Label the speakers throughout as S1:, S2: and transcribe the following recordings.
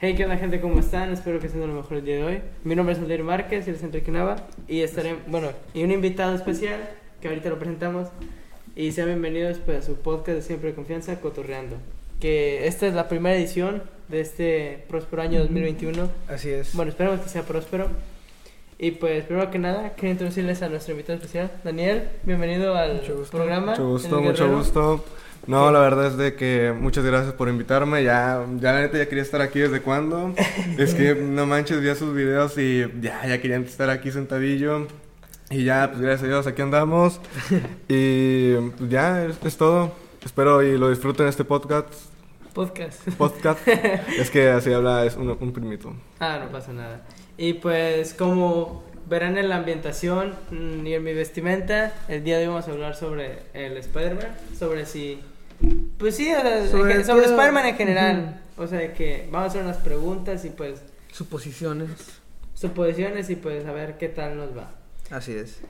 S1: Hey, ¿qué onda gente? ¿Cómo están? Espero que estén de lo mejor el día de hoy. Mi nombre es Aldair Márquez, él es Enrique Nava y estaré, bueno, y un invitado especial que ahorita lo presentamos y sean bienvenidos pues, a su podcast de siempre de confianza, Cotorreando. Que esta es la primera edición de este próspero año 2021.
S2: Así es.
S1: Bueno, esperemos que sea próspero. Y pues, primero que nada, quiero introducirles a nuestro invitado especial, Daniel. Bienvenido al
S2: Mucho gusto.
S1: programa.
S3: Mucho gusto,
S1: Daniel
S3: mucho
S1: Guerrero.
S3: gusto. No, la verdad es de que muchas gracias por invitarme. Ya, ya la neta ya quería estar aquí desde cuando. es que no manches, vi sus videos y ya, ya querían estar aquí sentadillo. Y ya, pues gracias a Dios, aquí andamos. y pues, ya, es, es todo. Espero y lo disfruten este podcast.
S1: Podcast.
S3: podcast. es que así habla es un, un primito.
S1: Ah, no pasa nada. Y pues como verán en la ambientación mm, y en mi vestimenta, el día de hoy vamos a hablar sobre el Spider-Man, sobre si... Pues sí, o sea, en
S2: Sobre
S1: gen- sobre
S2: todo.
S1: Spider-Man en general. O sea, que vamos a hacer unas preguntas y pues
S2: Suposiciones.
S1: suposiciones y pues a ver qué tal nos va.
S2: Así es.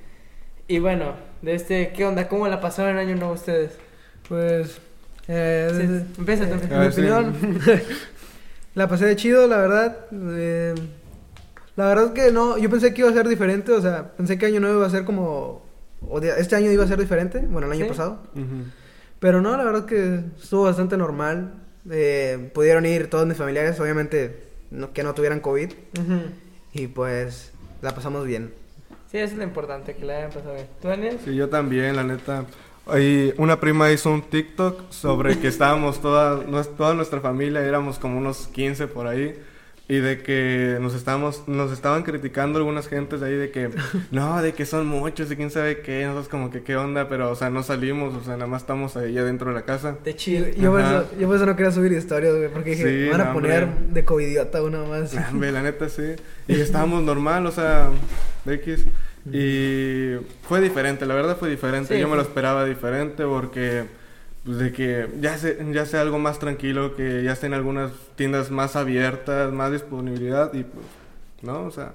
S1: Y bueno, de este, ¿qué onda? ¿Cómo la pasaron el año nuevo ustedes?
S2: Pues. Eh,
S1: Sí,
S2: desde-
S1: empieza tú.
S2: eh, en
S3: A
S2: mi
S3: ver, sí.
S2: opinión. la pasé de chido, la verdad. eh, la verdad que no. Yo pensé que iba a ser diferente. O sea, pensé que año nuevo iba a ser como. o de- este año iba a ser diferente. Bueno, el año
S1: Sí.
S2: pasado. Pero no, la verdad que estuvo bastante normal. Eh, pudieron ir todos mis familiares, obviamente no- que no tuvieran COVID. Y pues la pasamos bien.
S1: Sí, eso es lo importante, que la hayan pasado bien. ¿Tú, Daniel?
S3: Sí, yo también, la neta. Y una prima hizo un TikTok sobre que estábamos toda, nues- toda nuestra familia, éramos como unos 15 por ahí, y de que nos estábamos, nos estaban criticando algunas gentes de ahí de que, no, de que son muchos y quién sabe qué, nosotros como que qué onda, pero o sea, no salimos, o sea, nada más estamos ahí adentro de la casa.
S1: De
S2: Y
S1: chill.
S2: yo, por
S3: Ajá.
S2: eso, yo por eso no quería subir historias, güey, porque dije,
S3: Sí,
S2: me van a
S3: no,
S2: poner
S3: hombre.
S2: de covidiota una más.
S3: Nah, hombre, la neta sí. Y estábamos normal, o sea, de X. Y fue diferente, la verdad fue diferente.
S1: Sí,
S3: Yo me lo
S1: fue-
S3: esperaba diferente porque pues, de que ya sé, ya sea algo más tranquilo, que ya estén algunas tiendas más abiertas, más disponibilidad y pues no, o sea,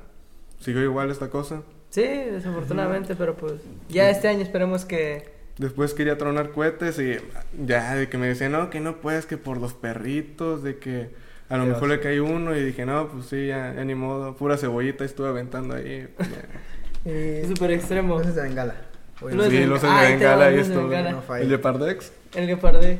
S3: siguió igual esta cosa.
S1: Sí, desafortunadamente, pero pues ya este año esperemos que...
S3: Después quería tronar cohetes y ya de que me decían, "No, que no puedes que por los perritos, de que a lo
S2: Qué
S3: mejor
S2: oso.
S3: le cae uno" y dije, "No, pues sí, ya, ya ni modo, pura cebollita estuve aventando ahí." pues, ya.
S2: Y
S1: Súper extremo.
S2: luces de bengala.
S1: Los
S2: obviamente.
S1: de-
S3: Sí, los de
S1: ah, ahí te va,
S3: Bengala ahí
S1: los de
S3: estuvo.
S1: Bengala.
S2: No falla.
S3: El de Pardex.
S1: El que perdí.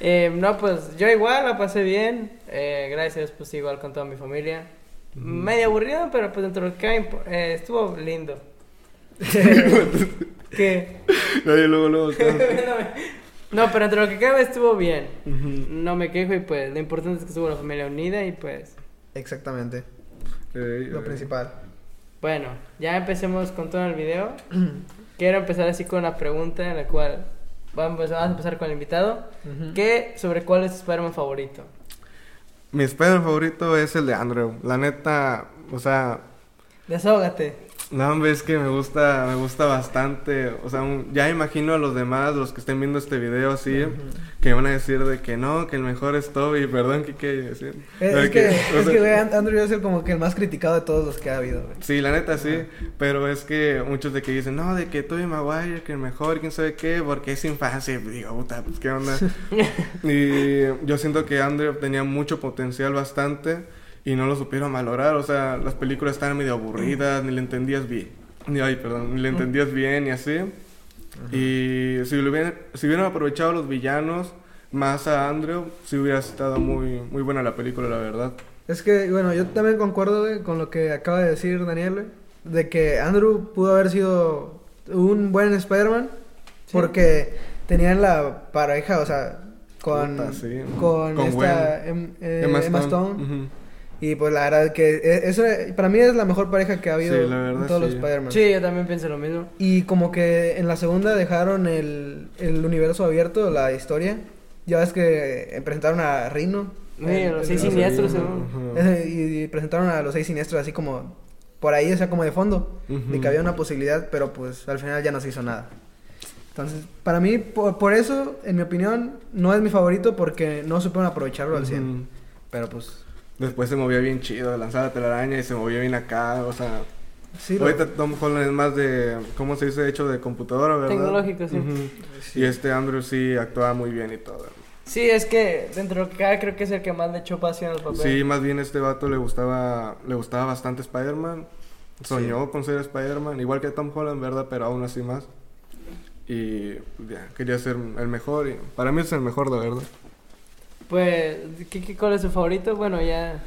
S1: Eh, no, pues yo igual la pasé bien. Eh, gracias a Dios, pues igual con toda mi familia. Medio aburrido, pero pues dentro del que impo- eh, estuvo lindo. ¿Qué?
S3: Ahí luego, luego. acá.
S1: no, pero dentro de lo que cabe estuvo bien.
S3: Ujú.
S1: No me quejo y pues lo importante es que estuvo la familia unida y pues
S2: Exactamente,
S3: Ey,
S2: lo
S3: ey.
S2: principal.
S1: bueno, ya empecemos con todo el video. Quiero empezar así con la pregunta en la cual vamos, vamos a empezar con el invitado. ¿Qué sobre cuál es tu Spider-Man favorito?
S3: Mi spider favorito es el de Andrew. La neta, o sea,
S1: Desahógate.
S3: no, hombre, es que me gusta, me gusta bastante. O sea, un- ya imagino a los demás, los que estén viendo este video así, que van a decir de que no, que el mejor es Toby. Perdón, ¿qué quiere decir?
S2: Eh, Es,
S3: Pero
S2: es que,
S3: o
S2: es
S3: sea,
S2: que, güey, And- Andrew es el como que el más criticado de todos los que ha habido, güey.
S3: Sí, la neta sí, pero es que muchos de que dicen, no, de que Tobey Maguire, que el mejor, quién sabe qué, porque es infancia. Y Digo, puta, pues qué onda. y yo siento que Andrew tenía mucho potencial bastante y no lo supieron valorar. O sea, las películas estaban medio aburridas, ni le entendías bien. Ni, ay, perdón, ni le entendías bien y así. Y si, lo hubieran, si hubieran aprovechado los villanos más a Andrew, sí hubiera estado muy, muy buena la película, la verdad.
S2: Es que, bueno, yo también concuerdo güey, con lo que acaba de decir Daniel, güey, de que Andrew pudo haber sido un buen Spider-Man
S1: Sí.
S2: porque tenían la pareja, o sea, con,
S3: Puta, sí.
S2: con,
S3: Con
S2: esta em- eh, Emma Stone.
S3: Ujú.
S2: Y pues la verdad que e- eso eh, para mí es la mejor pareja que ha habido
S3: Sí, la verdad,
S2: en todos los
S3: sí.
S2: Spider-Man.
S1: Sí, yo también pienso lo mismo.
S2: Y como que en la segunda dejaron el, el universo abierto, la historia. Ya ves que eh, presentaron a Rino.
S1: Sí, a los seis
S3: Sí,
S1: siniestros,
S3: sí,
S1: según.
S3: ujú.
S2: Ese, y, y presentaron a los seis siniestros así como por ahí, o sea, como de fondo, de
S3: Ujú.
S2: que había una posibilidad, pero pues al final ya no se hizo nada. Entonces, para mí, por, por eso, en mi opinión, no es mi favorito porque no supieron aprovecharlo al 100.
S3: Ujú.
S2: Pero pues,
S3: Después se movía bien chido, lanzaba telaraña y se movía bien acá, o sea...
S2: sí. lo-
S3: ahorita Tom Holland es más de, ¿cómo se dice? Hecho de computadora, ¿verdad?
S1: Tecnológico, sí.
S3: Ujú.
S2: sí.
S3: Y este Andrew sí actuaba muy bien y todo.
S4: Sí, es que dentro de lo que cabe creo que es el que más le echó pasión al papel.
S3: Sí, más bien este vato le gustaba, le gustaba bastante Spider-Man. Soñó con ser Spider-Man, igual que Tom Holland, ¿verdad? Pero aún así más. Y ya, quería ser el mejor. Y para mí es el mejor, de verdad.
S1: Pues, ¿qué, qué, cuál es tu favorito? Bueno, ya.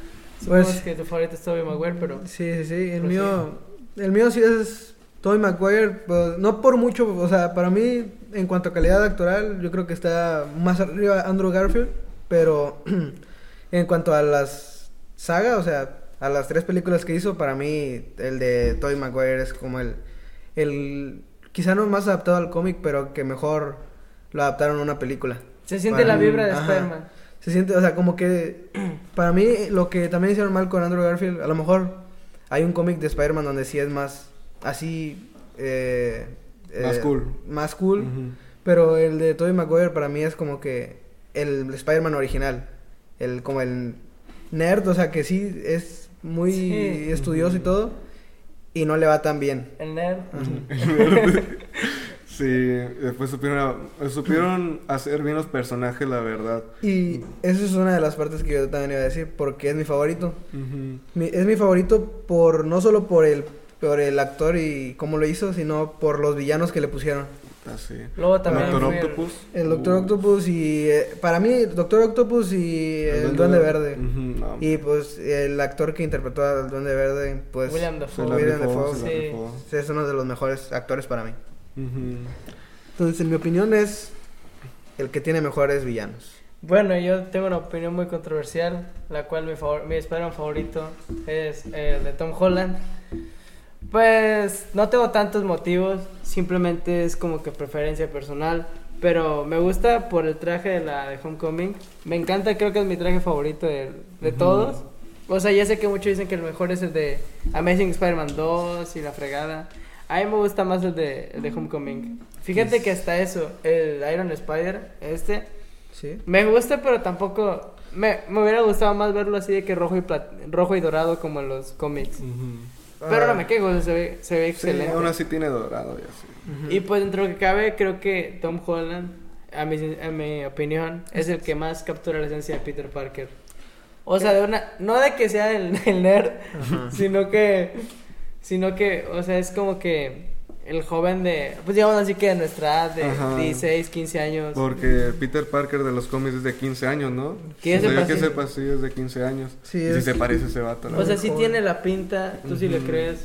S2: Pues-
S1: Supongo que tu favorito es Tobey Maguire, pero.
S2: Sí, sí, sí. El
S1: Pero
S2: mío, el mío sí es Tobey Maguire, pero no por mucho, o sea, para mí, en cuanto a calidad actoral, yo creo que está más arriba Andrew Garfield, pero en cuanto a las sagas, o sea, a las tres películas que hizo, para mí el de Tobey Maguire es como el, el quizá no más adaptado al cómic, pero que mejor lo adaptaron a una película.
S1: Se siente
S2: Para
S1: la
S2: mí,
S1: vibra de
S2: ajá.
S1: Spider-Man.
S2: Se siente, o sea, como que para mí lo que también hicieron mal con Andrew Garfield, a lo mejor hay un cómic de Spider-Man donde sí es más así... eh,
S3: Más
S2: eh,
S3: cool.
S2: Más cool.
S3: Ujú.
S2: Pero el de Tobey Maguire para mí es como que el Spider-Man original. El, como el nerd, o sea, que sí es muy
S1: Sí.
S2: estudioso y todo. Y no le va tan bien.
S4: El nerd.
S3: sí, después supieron, supieron hacer bien los personajes, la verdad.
S2: Y esa es una de las partes que yo también iba a decir, porque es mi favorito.
S3: Ujú.
S2: Mi- es mi favorito por no solo por el por el actor y cómo lo hizo, sino por los villanos que le pusieron.
S3: Así.
S4: Luego también.
S3: Doctor
S4: fui el-
S3: Octopus.
S2: El Doctor
S3: Uh,
S2: Octopus y eh, para mí Doctor Octopus y el, Duende Verde.
S3: Ujú, no,
S2: Y pues el actor que interpretó al Duende Verde, pues
S4: William
S3: se
S4: Dafoe.
S3: la
S2: William
S3: rifó,
S2: Dafoe,
S3: se la
S4: sí.
S3: rifó.
S2: es uno de los mejores actores para mí.
S3: Ujú.
S2: Entonces, en mi opinión es el que tiene mejores villanos.
S4: Bueno, yo tengo una opinión muy controversial, la cual mi, favor- mi Spider-Man favorito es eh, el de Tom Holland.
S1: Pues no tengo tantos motivos, simplemente es como que preferencia personal, pero me gusta por el traje de la de Homecoming. Me encanta, creo que es mi traje favorito de, de todos. O sea, ya sé que muchos dicen que el mejor es el de Amazing Spider-Man 2 y la fregada. A mí me gusta más el de, el de Homecoming. Fíjate que hasta eso, el Iron Spider, este,
S2: ¿Sí?
S1: me gusta, pero tampoco... Me, me hubiera gustado más verlo así de que rojo y, plat- rojo y dorado como en los cómics.
S3: Ujú.
S1: Pero
S2: Ah,
S1: no me quejo, se ve, se ve
S3: Sí,
S1: excelente.
S3: aún así tiene dorado y así.
S1: Y pues dentro de lo que cabe, creo que Tom Holland, a mi, a mi opinión, es el que más captura la esencia de Peter Parker. O sea, de una, no de que sea el, el nerd, sino que, sino que, o sea, es como que el joven de, pues digamos así que de nuestra edad, de
S3: Ajá.
S1: 16, 15 años.
S3: Porque Peter Parker de los cómics es de 15 años, ¿no?
S1: Que
S3: O sea,
S1: sepa,
S3: que
S1: sí.
S3: sepa, sí, es de 15 años.
S2: Sí,
S3: Y
S2: es-
S3: si se parece a ese vato. la
S1: O sea,
S3: verdad.
S1: sí
S2: Joven.
S1: tiene la pinta, tú sí le
S3: Ujú.
S1: crees.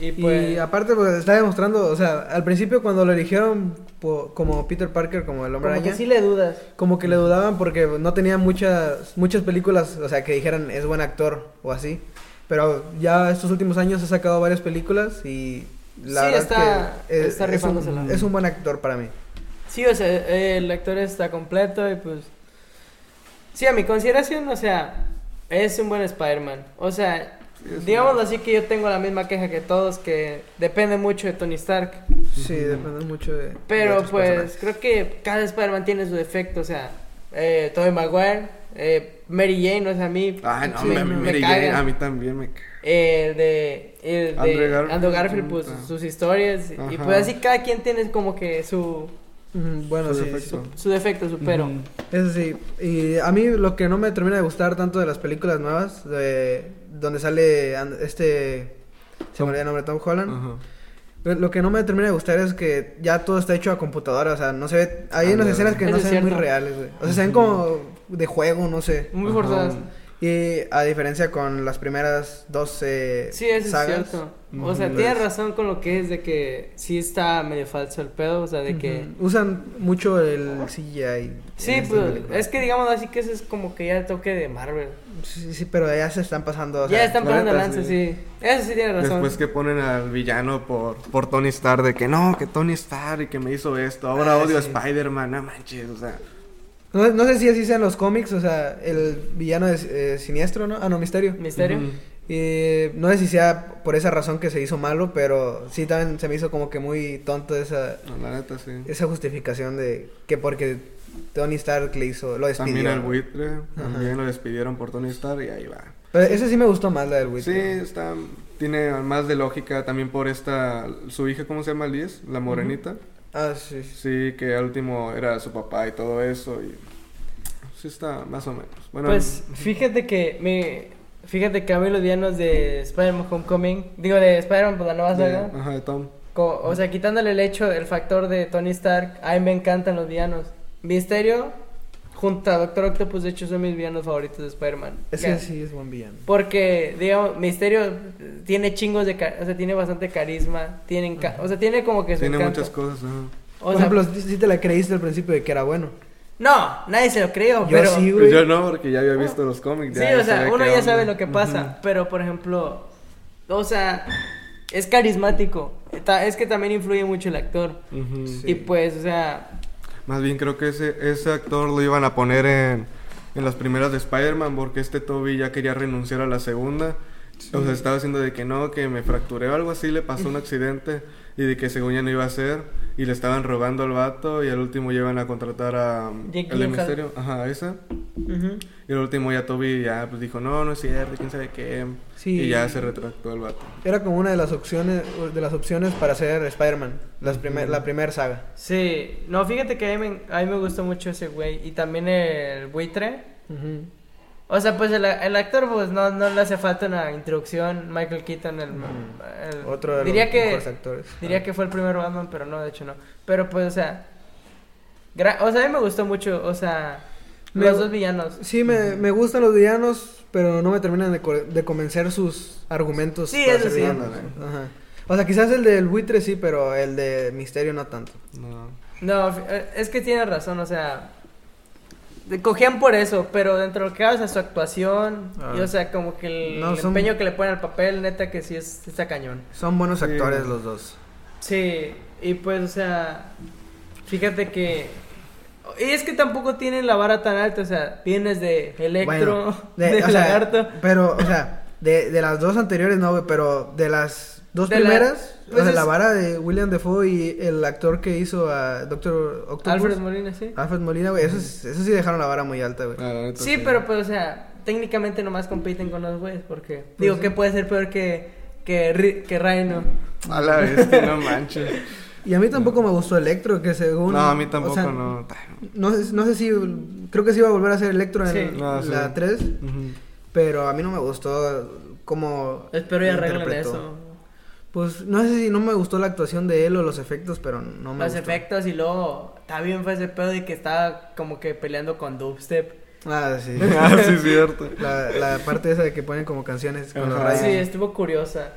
S1: Y
S2: Y
S1: pues...
S2: aparte, pues está demostrando, o sea, al principio cuando lo eligieron po- como Peter Parker, como el hombre
S1: como que
S2: araña,
S1: sí le dudas.
S2: como que le dudaban porque no tenía muchas, muchas películas, o sea, que dijeran es buen actor o así. Pero ya estos últimos años ha sacado varias películas y la
S1: Sí,
S2: verdad
S1: está-
S2: que es-
S1: está
S2: es, un,
S1: rifándosela.
S2: es un buen actor para mí.
S1: Sí, o sea, eh, el actor está completo y pues... Sí, a mi consideración, o sea, es un buen Spider-Man. O sea,
S3: Sí, es
S1: digámoslo
S3: un-
S1: así que yo tengo la misma queja que todos, que depende mucho de Tony Stark.
S2: Sí, depende mucho de. de
S1: Pero
S2: otros
S1: pues
S2: personajes.
S1: creo que cada Spider-Man tiene su defecto, o sea, eh, Tobey Maguire, eh, Mary Jane, o sea, a mí...
S3: Ay, no,
S1: sí,
S3: me,
S1: me
S3: Mary
S1: caga.
S3: Jane, a mí también me caga.
S1: El Eh, de, el de
S3: Andrew Garfield.
S1: Andrew Garfield, pues
S3: Puta.
S1: sus historias. Y
S3: Ajá.
S1: pues así cada quien tiene como que su,
S2: Ujú, Bueno,
S3: Su
S2: sí, sí.
S3: defecto.
S1: su defecto, su pero.
S3: Ujú.
S2: Eso sí, y a mí lo que no me termina de gustar tanto de las películas nuevas, de donde sale and- este, se me olvidó el nombre, Tom Holland,
S3: Ajá.
S2: lo- Pues, lo que no me termina de gustar es que ya todo está hecho a computadora, o sea, no se ve, hay unas
S3: Ándale.
S2: escenas que
S1: Eso
S2: no
S1: es
S2: se ven muy
S1: cierto.
S2: reales, güey. o sea, se ven como de juego, no sé,
S1: Muy
S3: Ajá.
S1: forzadas.
S2: y a diferencia con las primeras 12
S1: Sí, eso
S2: sagas,
S1: es cierto. O sea,
S3: Ujú.
S1: tienes razón con lo que es de que sí está medio falso el pedo, o sea, de que...
S2: ujú, usan mucho el CGI. en
S1: Sí,
S2: estas
S1: pues
S2: películas.
S1: es que digamos así que eso es como que ya el toque de Marvel.
S2: Sí, sí, pero ya se están pasando, o
S1: ya
S2: sea,
S1: están
S3: la
S1: pasando
S3: neta,
S1: lanzas,
S3: sí.
S1: sí. Eso sí tiene razón.
S3: Después que ponen al villano por, por Tony Stark, de que no, que Tony Stark y que me hizo esto, ahora
S2: Ah,
S3: odio
S2: sí.
S3: a Spider-Man, no manches, o sea.
S2: No, no sé si así sea en los cómics, o sea, el villano es eh, siniestro, ¿no? Ah, no, misterio.
S1: Misterio.
S3: Ujú.
S2: Eh, no sé si sea por esa razón que se hizo malo, pero sí también se me hizo como que muy tonto esa,
S3: No, la neta, sí.
S2: esa justificación de que porque Tony Stark le hizo,
S3: Ah,
S2: lo despidió.
S3: También al
S2: ¿no?
S3: buitre,
S2: Ajá.
S3: también lo despidieron por Tony Stark y ahí va.
S2: Pero esa sí me gustó más, la del
S3: Sí,
S2: buitre.
S3: está, tiene más de lógica también por esta, su hija, ¿cómo se llama? Liz, la morenita.
S2: Ah, sí. sí.
S3: Sí, que al último era su papá y todo eso. Y sí está más o menos. Bueno,
S1: Pues fíjate que me fíjate que a mí los villanos de Spider-Man Homecoming, digo de Spider-Man por la nueva
S3: de-
S1: saga,
S3: ajá, de Tom.
S1: co- o sea, quitándole el hecho el factor de Tony Stark, a mí me encantan los villanos. Misterio junto a Doctor Octopus, de hecho son mis villanos favoritos de Spider-Man.
S2: Es
S1: Ya.
S2: que sí, es buen villano.
S1: Porque, digamos, Misterio tiene chingos de... ca- O sea, tiene bastante carisma. Tiene enca- o sea, tiene como que su
S3: Tiene
S1: encanto.
S3: muchas cosas, ajá.
S1: O
S2: Por
S1: sea,
S2: ejemplo, si te la creíste al principio de que era bueno.
S1: No, nadie se lo creyó,
S2: Yo
S1: pero...
S2: sí,
S1: Sí,
S2: güey.
S3: Pues Yo no, porque ya había visto los cómics. ya
S1: o sea,
S3: sabía
S1: uno
S3: qué
S1: ya
S3: onda.
S1: sabe lo que pasa. Pero, por ejemplo... O sea, es carismático. Ta- Es que también influye mucho el actor.
S3: Ujú.
S1: Y pues, o sea...
S3: Más bien creo que ese, ese actor lo iban a poner en, en las primeras de Spider-Man porque este Toby ya quería renunciar a la segunda. O sea, estaba haciendo de que no, que me fracturé o algo así, le pasó un accidente y de que según ya no iba a ser y le estaban robando al vato y al último llevan a contratar a um,
S1: Jake
S3: el de
S1: Gyllenhaal.
S3: Misterio, ajá, esa.
S1: ujú.
S3: Y al último ya Toby ya pues dijo, "No, no es cierto, quién sabe qué."
S2: Sí.
S3: Y ya se retractó el vato.
S2: Era como una de las opciones, de las opciones para ser Spider-Man, las primer- la primera saga.
S1: Sí. No, fíjate que a mí, me, a mí me gustó mucho ese güey. Y también el buitre. O sea, pues el, el actor, pues no, no le hace falta una introducción. Michael Keaton, el. el-
S2: Otro de
S1: diría
S2: los
S1: que,
S2: mejores actores.
S1: Diría que fue el primer Batman, pero no, de hecho no. Pero pues, o sea. gra- o sea, a mí me gustó mucho, o sea.
S2: Me
S1: los
S2: gu-
S1: dos villanos.
S2: Sí, me, me gustan los villanos, pero no me terminan de, co- de convencer sus argumentos.
S1: Sí,
S2: para
S1: eso
S2: ser
S1: sí.
S2: villanos. Ajá. O sea, quizás el del buitre sí, pero el de Misterio no tanto.
S3: No.
S1: No, f- eh, es que tiene razón, o sea. de- Cogían por eso, pero dentro de lo que hace su actuación, y
S2: Ah.
S1: o sea, como que el,
S2: No,
S1: el
S2: son-
S1: empeño que le ponen al papel, neta que sí es, está cañón.
S2: Son buenos
S3: Sí.
S2: actores los dos.
S1: Sí, y pues, o sea, fíjate que... Y es que tampoco tienen la vara tan alta, o sea, vienes de Electro,
S2: Bueno,
S1: de,
S2: o sea,
S1: Lagarto.
S2: pero, o sea, de, de las dos anteriores no, güey, pero de las dos
S1: De la-
S2: primeras, o
S1: pues
S2: sea,
S1: es-
S2: la vara de William Defoe y el actor que hizo a Doctor Octopus.
S1: Alfred Molina, sí.
S2: Alfred Molina, güey, eso, es- eso sí dejaron la vara muy alta, güey.
S3: Ah, la neta,
S1: Sí, pero pues, o sea, técnicamente nomás compiten con los güeyes, porque...
S2: Pues
S1: digo, ¿qué puede ser peor que, que, Ri- que Rhino?
S3: A la vez, no manches.
S2: Y a mí tampoco me gustó Electro, que según...
S3: No, a mí
S2: o
S3: tampoco
S2: sea,
S3: no.
S2: No sé, no sé si... Creo que sí iba a volver a ser Electro en
S1: Sí.
S3: Ah, sí.
S2: la 3,
S3: Ujú.
S2: pero a mí no me gustó como...
S1: Espero y arreglen
S2: interpretó.
S1: eso.
S2: Pues no sé si no me gustó la actuación de él o los efectos, pero no me
S1: Los
S2: gustó.
S1: efectos y luego... Está bien fue ese pedo de que estaba como que peleando con Dubstep.
S2: Ah, sí.
S3: Ah, sí, cierto.
S2: La, la parte esa de que ponen como canciones con los
S3: Ajá.
S2: rayos.
S1: Sí, estuvo curiosa.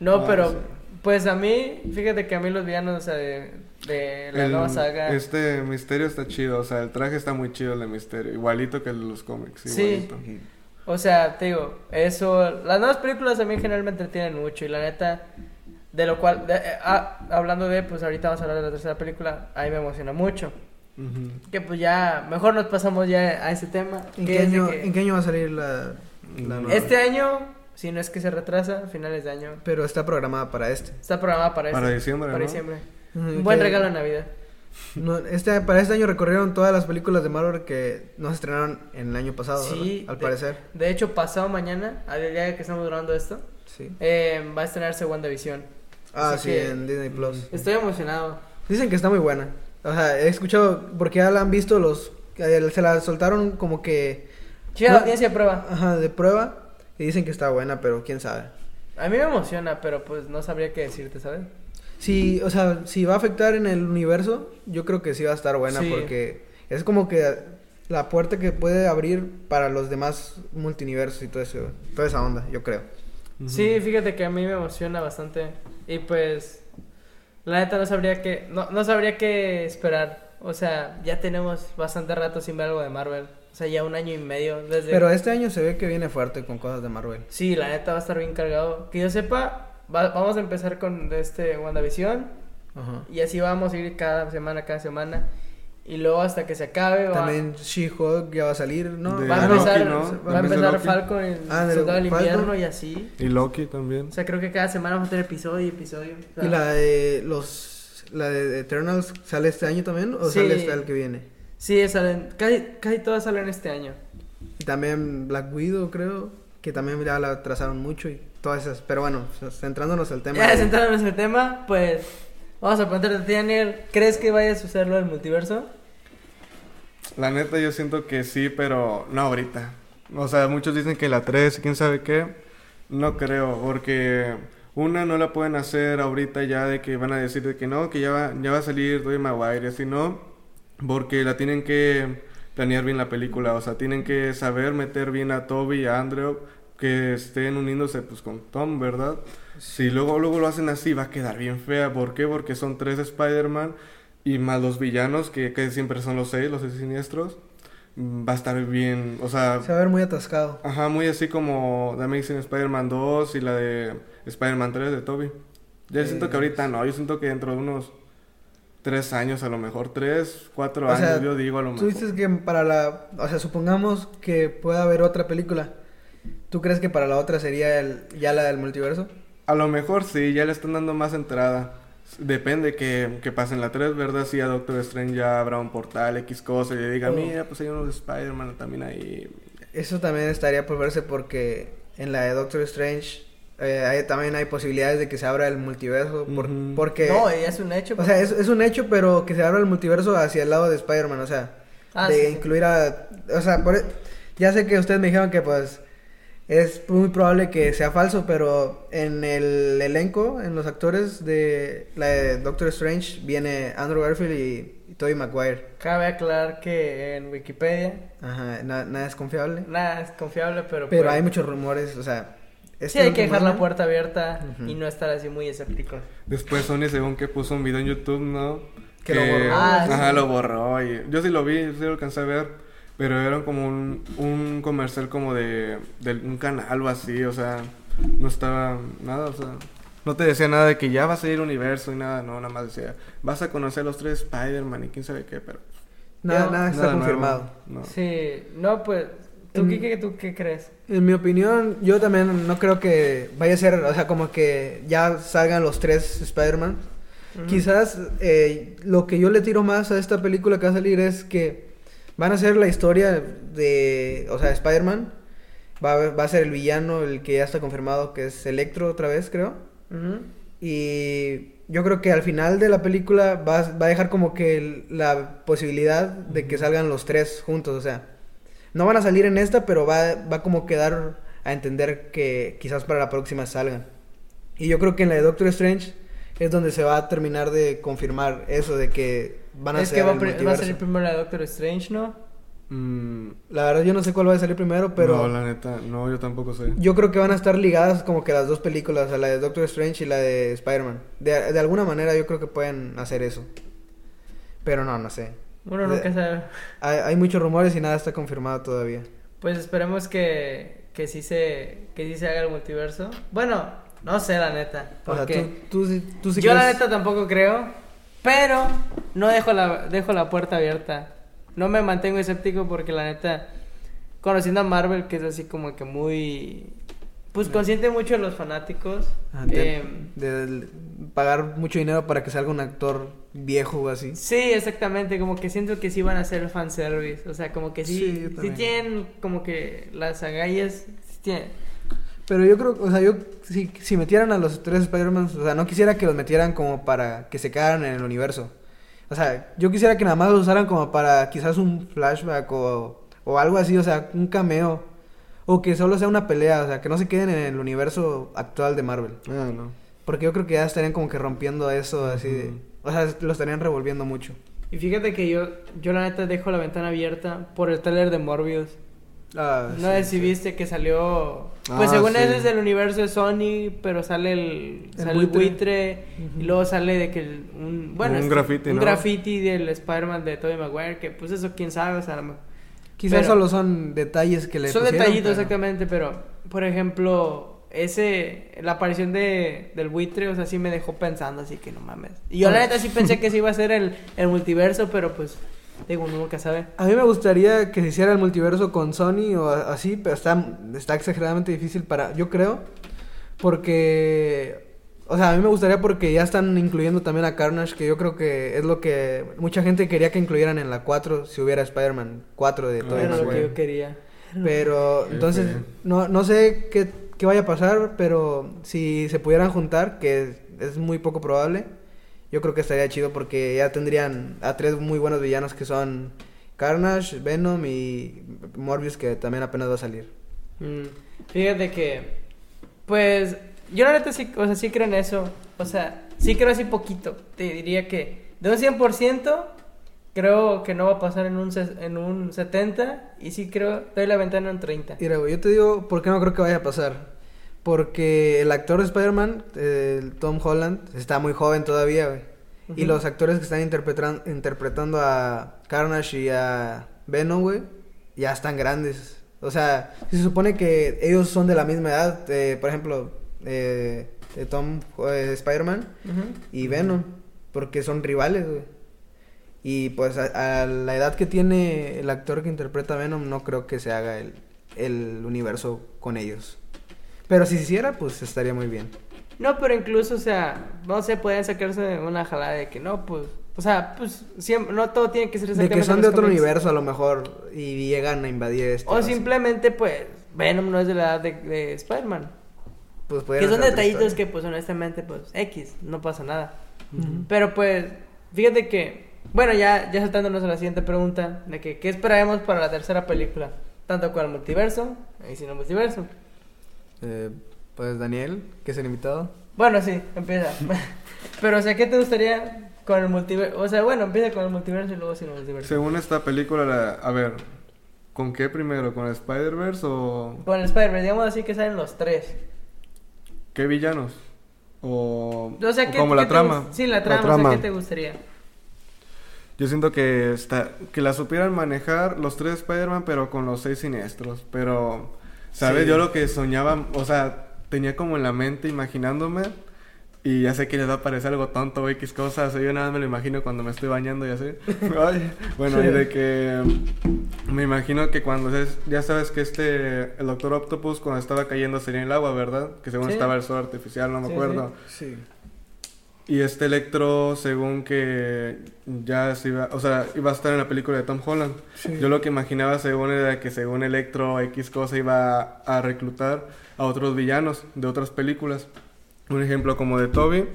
S1: No,
S3: Ah,
S1: pero
S3: sí.
S1: pues a mí, fíjate que a mí los villanos, o sea, de, de la
S3: El-
S1: nueva saga.
S3: Este misterio está chido, o sea, el traje está muy chido el de misterio, igualito que el de los cómics,
S1: Sí.
S3: igualito.
S1: O sea, te digo, eso. Las nuevas películas a mí en general me entretienen mucho y la neta. De lo cual, de- eh, ah, hablando de, pues ahorita vamos a hablar de la tercera película, ahí me emociona mucho.
S3: Ujú.
S1: Que pues ya, mejor nos pasamos ya a ese tema.
S2: ¿En,
S1: que
S2: qué
S1: es de
S2: año,
S1: que
S2: en qué año va a salir la, la nueva?
S1: Este año, si no es que se retrasa, finales de año,
S2: Pero está programada para este.
S1: está programada para,
S3: Para
S1: este-
S3: diciembre,
S1: Para
S3: ¿no?
S1: diciembre.
S2: Ujú,
S1: Un buen
S2: que-
S1: regalo de Navidad.
S2: no, este- para este año recorrieron todas las películas de Marvel que no se estrenaron en el año pasado,
S1: Sí,
S2: ¿verdad? al
S1: de-
S2: parecer.
S1: De hecho, pasado mañana, al día que estamos grabando esto,
S2: Sí.
S1: eh, va a estrenarse WandaVision.
S2: Ah,
S1: Así
S2: sí,
S1: que- mm.
S2: en Disney Plus.
S1: Estoy emocionado.
S2: Dicen que está muy buena. O sea, he escuchado, porque ya la han visto los... eh, se la soltaron como que...
S1: Chida
S2: No-
S1: audiencia de prueba.
S2: Ajá, de prueba. Y dicen que está buena, pero quién sabe.
S1: A mí me emociona, pero pues no sabría qué decirte, ¿sabes?
S2: Sí, o sea, si va a afectar en el universo, yo creo que sí va a estar buena
S1: Sí.
S2: porque es como que la puerta que puede abrir para los demás multiversos y todo eso, toda esa onda, yo creo.
S3: Ujú.
S1: Sí, fíjate que a mí me emociona bastante. Y pues, la neta no sabría qué, no, no sabría qué esperar. O sea, ya tenemos bastante rato sin ver algo de Marvel. O sea, ya un año y medio desde...
S2: Pero este año se ve que viene fuerte con cosas de Marvel.
S1: Sí, la neta va a estar bien cargado. Que yo sepa, va- vamos a empezar con este WandaVision.
S2: Ajá.
S1: Y así vamos a ir cada semana, cada semana. Y luego hasta que se acabe. Va,
S2: También She-Hulk ya va a salir, ¿no?
S3: De-
S1: va a
S2: Ah, no.
S1: empezar,
S3: Loki, ¿no?
S1: va a empezar
S3: Loki.
S1: Falcon y
S2: Ah, de
S1: Soldado del
S2: Falcon.
S1: Invierno y así.
S3: Y Loki también.
S1: O sea, creo que cada semana vamos a tener episodio y episodio. O sea,
S2: Y la de los la de Eternals sale este año también o
S1: Sí.
S2: sale hasta el que viene.
S1: Sí, salen, casi, casi todas salen este año.
S2: Y también Black Widow, creo, que también ya la atrasaron mucho y todas esas, pero bueno, centrándonos al tema.
S1: Ya
S2: de-
S1: centrándonos en el tema, pues vamos a preguntarte, Daniel, ¿crees que vaya a suceder lo del multiverso?
S3: La neta, yo siento que sí, pero no ahorita. O sea, muchos dicen que la 3, quién sabe qué. No creo, porque una no la pueden hacer ahorita ya de que van a decir de que no, que ya va, ya va a salir Tobey Maguire, así no, porque la tienen que planear bien la película, o sea, tienen que saber meter bien a Toby y a Andrew que estén uniéndose pues con Tom, ¿verdad? Si luego, luego lo hacen así, va a quedar bien fea. ¿Por qué? Porque son tres Spider-Man y más los villanos, que, que siempre son los seis, los seis siniestros. Mm, Va a estar bien, o sea,
S2: Se va a ver muy atascado.
S3: Ajá, muy así como The Amazing Spider-Man 2 y la de Spider-Man 3 de Toby. Yo
S2: Eh,
S3: siento que ahorita no, yo siento que dentro de unos tres años, a lo mejor tres, cuatro
S2: O
S3: años,
S2: sea,
S3: yo digo a lo
S2: Tú
S3: mejor.
S2: dices que para la... O sea, supongamos que pueda haber otra película. ¿Tú crees que para la otra sería el, ya la del multiverso?
S3: A lo mejor sí, ya le están dando más entrada. Depende que, que pasen la 3, ¿verdad? Si a Doctor Strange ya habrá un portal, X cosa, y le diga,
S2: Oh.
S3: mira, pues hay unos de Spider-Man también ahí.
S2: Eso también estaría por verse porque en la de Doctor Strange eh, hay- también hay posibilidades de que se abra el multiverso. por-
S3: Ujú.
S2: Porque...
S1: No, ya es un hecho.
S2: O sea, es, es un hecho, pero que se abra el multiverso hacia el lado de Spider-Man, o sea,
S1: Ah,
S2: de
S1: sí, sí.
S2: incluir a... O sea, por- e, ya sé que ustedes me dijeron que pues es muy probable que sea falso, pero en el elenco, en los actores de la de Doctor Strange, viene Andrew Garfield y, y Tobey Maguire.
S1: pues, Cabe aclarar que en Wikipedia
S2: Ajá, na- nada es confiable.
S1: nada es confiable, pero.
S2: Pero
S1: pues,
S2: hay muchos rumores, o sea...
S1: Sí,
S2: este
S1: hay que
S2: último
S1: dejar la
S2: año-
S1: puerta abierta
S2: Ujú.
S1: y no estar así muy escéptico.
S3: Después Sony, según que puso un video en YouTube, ¿no?
S2: Que lo borró.
S1: Ah,
S3: Ajá,
S1: sí.
S3: lo borró. Y... Yo sí lo vi, yo sí lo alcancé a ver. Pero era como un, un comercial como de, de un canal o así, o sea, no estaba nada, o sea, no te decía nada de que ya vas a ir universo y nada, no, nada más decía, vas a conocer a los tres Spider-Man y quién sabe qué, pero
S2: Nada,
S1: Yo-
S2: nada Ah, está
S3: nada nuevo,
S2: confirmado.
S3: no.
S1: Sí, no, pues. ¿Tú,
S2: Mm.
S1: Kike, tú qué crees?
S2: En mi opinión, yo también no creo que vaya a ser, o sea, como que ya salgan los tres Spider-Man. Mm.
S1: Ujú.
S2: Quizás eh, lo que yo le tiro más a esta película que va a salir es que van a ser la historia de, o sea, Spider-Man. Va a, haber- va a ser el villano, el que ya está confirmado, que es Electro otra vez, creo.
S1: Ujú.
S2: Y yo creo que al final de la película va, va a dejar como que el- la posibilidad de que salgan los tres juntos. O sea, no van a salir en esta, pero va, va como que dar a entender que quizás para la próxima salgan. Y yo creo que en la de Doctor Strange es donde se va a terminar de confirmar eso de que van a
S1: es
S2: ser
S1: que va,
S2: el
S1: a pri- va a
S2: multiverso.
S1: salir primero la Doctor Strange, ¿no?
S3: Mm,
S2: La verdad yo no sé cuál va a salir primero, pero...
S3: No, la neta, no, yo tampoco sé.
S2: Yo creo que van a estar ligadas como que las dos películas, a la de Doctor Strange y la de Spider-Man. De, de alguna manera yo creo que pueden hacer eso. Pero no, no sé.
S1: Uno
S2: De-
S1: nunca sabe.
S2: Hay, hay muchos rumores y nada está confirmado todavía.
S1: Pues esperemos que, que, sí se, que sí se haga el multiverso. Bueno, no sé, la neta.
S2: O sea,
S1: porque
S2: tú, tú, sí- tú sí
S1: Yo, la
S2: crees-
S1: neta, tampoco creo. Pero no dejo la, dejo la puerta abierta. No me mantengo escéptico porque, la neta, conociendo a Marvel, que es así como que muy. Pues
S2: Mm.
S1: consiente mucho a los fanáticos.
S2: Ajá, de-
S1: em,
S2: Ah, de- de pagar mucho dinero para que salga un actor viejo o así.
S1: Sí, exactamente, como que siento que sí van a hacer fanservice, o sea, como que
S3: Sí,
S1: sí,
S3: yo
S1: sí,
S3: también.
S1: tienen como que las agallas, sí tienen.
S2: Pero yo creo, o sea, yo si, si metieran a los tres Spider-Man, o sea, no quisiera que los metieran como para que se quedaran en el universo. O sea, yo quisiera que nada más los usaran como para quizás un flashback o, o algo así, o sea, un cameo. O que solo sea una pelea, o sea, que no se queden en el universo actual de Marvel.
S3: Ah, no.
S2: Porque yo creo que ya estarían como que rompiendo eso, así de...
S3: Ujú.
S2: O sea, lo estarían revolviendo mucho.
S1: Y fíjate que yo, yo la neta dejo la ventana abierta por el trailer de Morbius.
S2: Ah,
S1: No sé si viste que salió, pues
S3: Ah,
S1: según
S3: sí.
S1: eso es del universo de Sony, pero sale el,
S2: El
S1: sale el
S2: buitre.
S1: buitre, y luego sale de que el- un, bueno,
S3: Un
S1: es-
S3: graffiti,
S1: un
S3: ¿no?
S1: graffiti del Spider-Man de Tobey Maguire, que pues eso quién sabe, o sea, a lo mejor-
S2: Quizás
S1: pero-
S2: solo son detalles que le
S1: Son
S2: pusieron,
S1: detallitos,
S2: pero-
S1: exactamente, pero por ejemplo, ese la aparición de, del buitre, o sea, sí me dejó pensando, así que no mames. Y
S2: Ah.
S1: yo la neta sí pensé que sí iba a ser el, el multiverso, pero pues, digo, uno nunca sabe.
S2: A mí me gustaría que se hiciera el multiverso con Sony o a- así, pero está, está exageradamente difícil para, yo creo, porque, o sea, a mí me gustaría porque ya están incluyendo también a Carnage, que yo creo que es lo que mucha gente quería que incluyeran en la 4 si hubiera Spider-Man 4 de
S3: Ah,
S2: Tobey
S1: Era lo que
S2: Maguire.
S1: yo quería.
S2: Pero
S3: Qué
S2: entonces,
S3: feo.
S2: no, no sé qué, qué vaya a pasar, pero si se pudieran juntar, que es, es muy poco probable, yo creo que estaría chido porque ya tendrían a tres muy buenos villanos que son Carnage, Venom y Morbius que también apenas va a salir.
S1: Mm, Fíjate que, pues, yo la neta sí, o sea, sí creo en eso. O sea, sí creo así poquito. Te diría que de un 100%, creo que no va a pasar en un, ses- en un 70%, y sí creo, doy la ventana en 30%.
S2: Mira, güey, yo te digo por qué no creo que vaya a pasar. Porque el actor de Spider-Man, eh, el Tom Holland, está muy joven todavía, güey. Y
S1: Ujú.
S2: los actores que están interpretan- interpretando a Carnage y a Venom, güey, ya están grandes. O sea, si se supone que ellos son de la misma edad, eh, por ejemplo, eh, eh, Tom eh, Spider-Man
S1: Ujú.
S2: y Venom, porque son rivales, güey. Y pues a, a la edad que tiene el actor que interpreta a Venom, no creo que se haga el, el universo con ellos. Pero si se hiciera, pues estaría muy bien.
S1: No, pero incluso, o sea, no sé, pueden sacarse una jalada de que no, pues, o sea, pues, siempre, no todo tiene que ser
S2: De que
S1: exactamente
S2: son de
S1: los
S2: otro
S1: cómics.
S2: universo a lo mejor y llegan a invadir este.
S1: O
S2: raza.
S1: simplemente, pues, Venom no es de la edad de, de Spider-Man.
S2: Pues
S1: Que
S2: podrían
S1: son
S2: hacer otra
S1: detallitos
S2: historia.
S1: que, pues, honestamente, pues, X, no pasa nada.
S2: Ujú.
S1: Pero, pues, fíjate que, bueno, ya, ya saltándonos a la siguiente pregunta, de que, ¿qué esperaremos para la tercera película? Tanto con el multiverso, y sin el multiverso.
S2: Eh, pues Daniel, que es el invitado.
S1: Bueno, sí, empieza. pero, o sea, ¿qué te gustaría con el multiverso? O sea, bueno, empieza con el multiverso y luego sin el multiverso.
S3: Según esta película, la- a ver, ¿con qué primero? ¿Con Spider-Verse o
S1: Con el Spider-Man, digamos así que salen los tres.
S3: qué villanos? O,
S1: O sea,
S3: o
S1: ¿qué,
S3: como la
S1: qué te
S3: trama.
S1: gus- Sí, la trama. O sea, ¿qué te gustaría?
S3: Yo siento que está, que la supieran manejar los tres Spider-Man, pero con los seis siniestros. Pero, ¿sabes?
S2: Sí.
S3: Yo lo que soñaba, o sea, tenía como en la mente imaginándome. Y ya sé que les va a parecer algo tonto o X cosas. Yo nada más me lo imagino cuando me estoy bañando y así. Ay, bueno, y de que. Me imagino que cuando es- ya sabes que este. El Doctor Octopus cuando estaba cayendo sería en el agua, ¿verdad? Que según
S1: Sí.
S3: estaba el sol artificial, no me
S1: Sí,
S3: acuerdo.
S2: Sí.
S3: Y este Electro, según que ya se iba, o sea, iba a estar en la película de Tom Holland. Yo lo que imaginaba según era que según Electro X cosa iba a, a reclutar a otros villanos de otras películas. Un ejemplo como de Toby,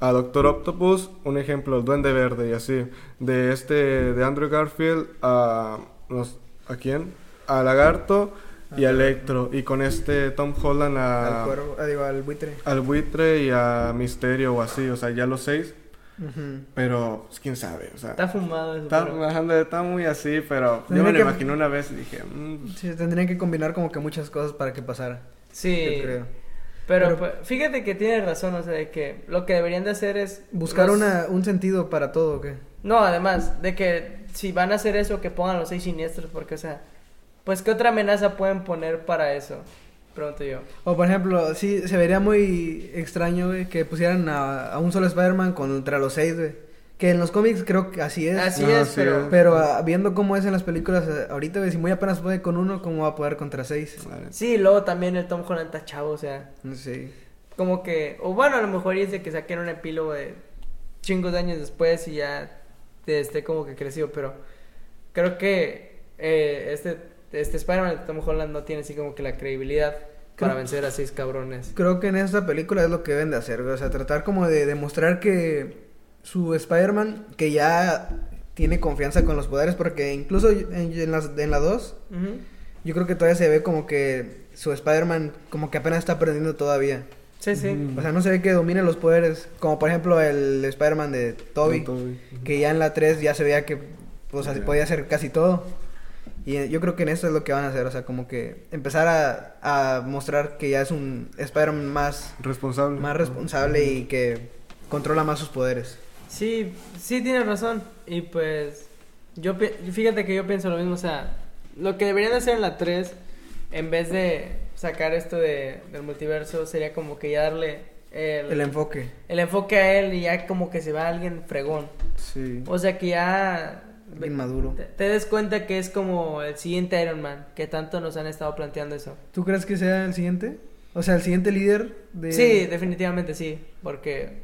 S3: a Doctor Octopus, un ejemplo el Duende Verde y así. De este de Andrew Garfield a no sé, ¿a quién? A Lagarto y a Electro y con este Tom Holland a
S2: Al cuervo, ah, digo, al buitre.
S3: al buitre y a Misterio o así, o sea, ya los seis.
S2: Ujú.
S3: Pero, pues, quién sabe, o sea.
S1: Está fumado eso.
S3: Está,
S1: pero-
S3: ajá, está muy así, pero yo
S2: Tendría
S3: me lo
S2: que-
S3: imaginé una vez y dije, mm,
S2: Sí, tendrían que combinar como que muchas cosas para que pasara.
S1: Sí,
S2: Yo creo.
S1: pero,
S2: Pero-
S1: pues, fíjate que tienes razón, o sea, de que lo que deberían de hacer es...
S2: Buscar
S1: los-
S2: una, un sentido para todo, ¿o qué?
S1: No, además, de que si van a hacer eso, que pongan los seis siniestros, porque, o sea, pues, ¿qué otra amenaza pueden poner para eso? Pronto yo.
S2: O por ejemplo, sí, se vería muy extraño, güey, que pusieran a, a un solo Spider-Man contra los seis, güey. Que en los cómics creo que así es.
S1: Así
S3: Ajá,
S1: es,
S3: sí
S1: pero...
S3: es.
S2: Pero ah, viendo cómo es en las películas eh, ahorita, güey, si muy apenas puede con uno, ¿cómo va a poder contra seis?
S3: vale.
S1: Sí, luego también el Tom Holland está chavo, o sea...
S2: Sí.
S1: como que, o bueno, a lo mejor es de que saquen un epílogo de chingos de años después y ya te esté como que crecido, pero creo que eh, este, este Spider-Man de Tom Holland no tiene así como que la credibilidad para
S2: Creo-
S1: vencer a seis cabrones.
S2: Creo que en esta película es lo que deben de hacer, güey. O sea, tratar como de demostrar que su Spider-Man, que ya tiene confianza con los poderes, porque incluso en, en las, en la 2,
S1: Ujú.
S2: yo creo que todavía se ve como que su Spider-Man como que apenas está aprendiendo todavía.
S1: Sí, sí.
S3: Ujú.
S2: O sea, no se ve que domine los poderes. Como por ejemplo el Spider-Man de Toby. Que ya en la 3 ya se veía que o sea,
S3: Ya.
S2: podía hacer casi todo. Y eh, yo creo que en esto es lo que van a hacer. O sea, como que empezar a, a mostrar que ya es un Spider-Man más,
S3: Responsable.
S2: más responsable y que controla más sus poderes.
S1: Sí, sí tienes razón. Y pues, yo pi- fíjate que yo pienso lo mismo, o sea, lo que deberían de hacer en la 3, en vez de sacar esto de, del multiverso, sería como que ya darle
S2: El em- enfoque.
S1: el enfoque a él y ya como que se va alguien fregón.
S3: Sí.
S1: O sea que ya
S2: Bien maduro.
S1: te, te des cuenta que es como el siguiente Iron Man, que tanto nos han estado planteando eso.
S2: ¿Tú crees que sea el siguiente? O sea, el siguiente líder de...
S1: Sí, definitivamente sí, porque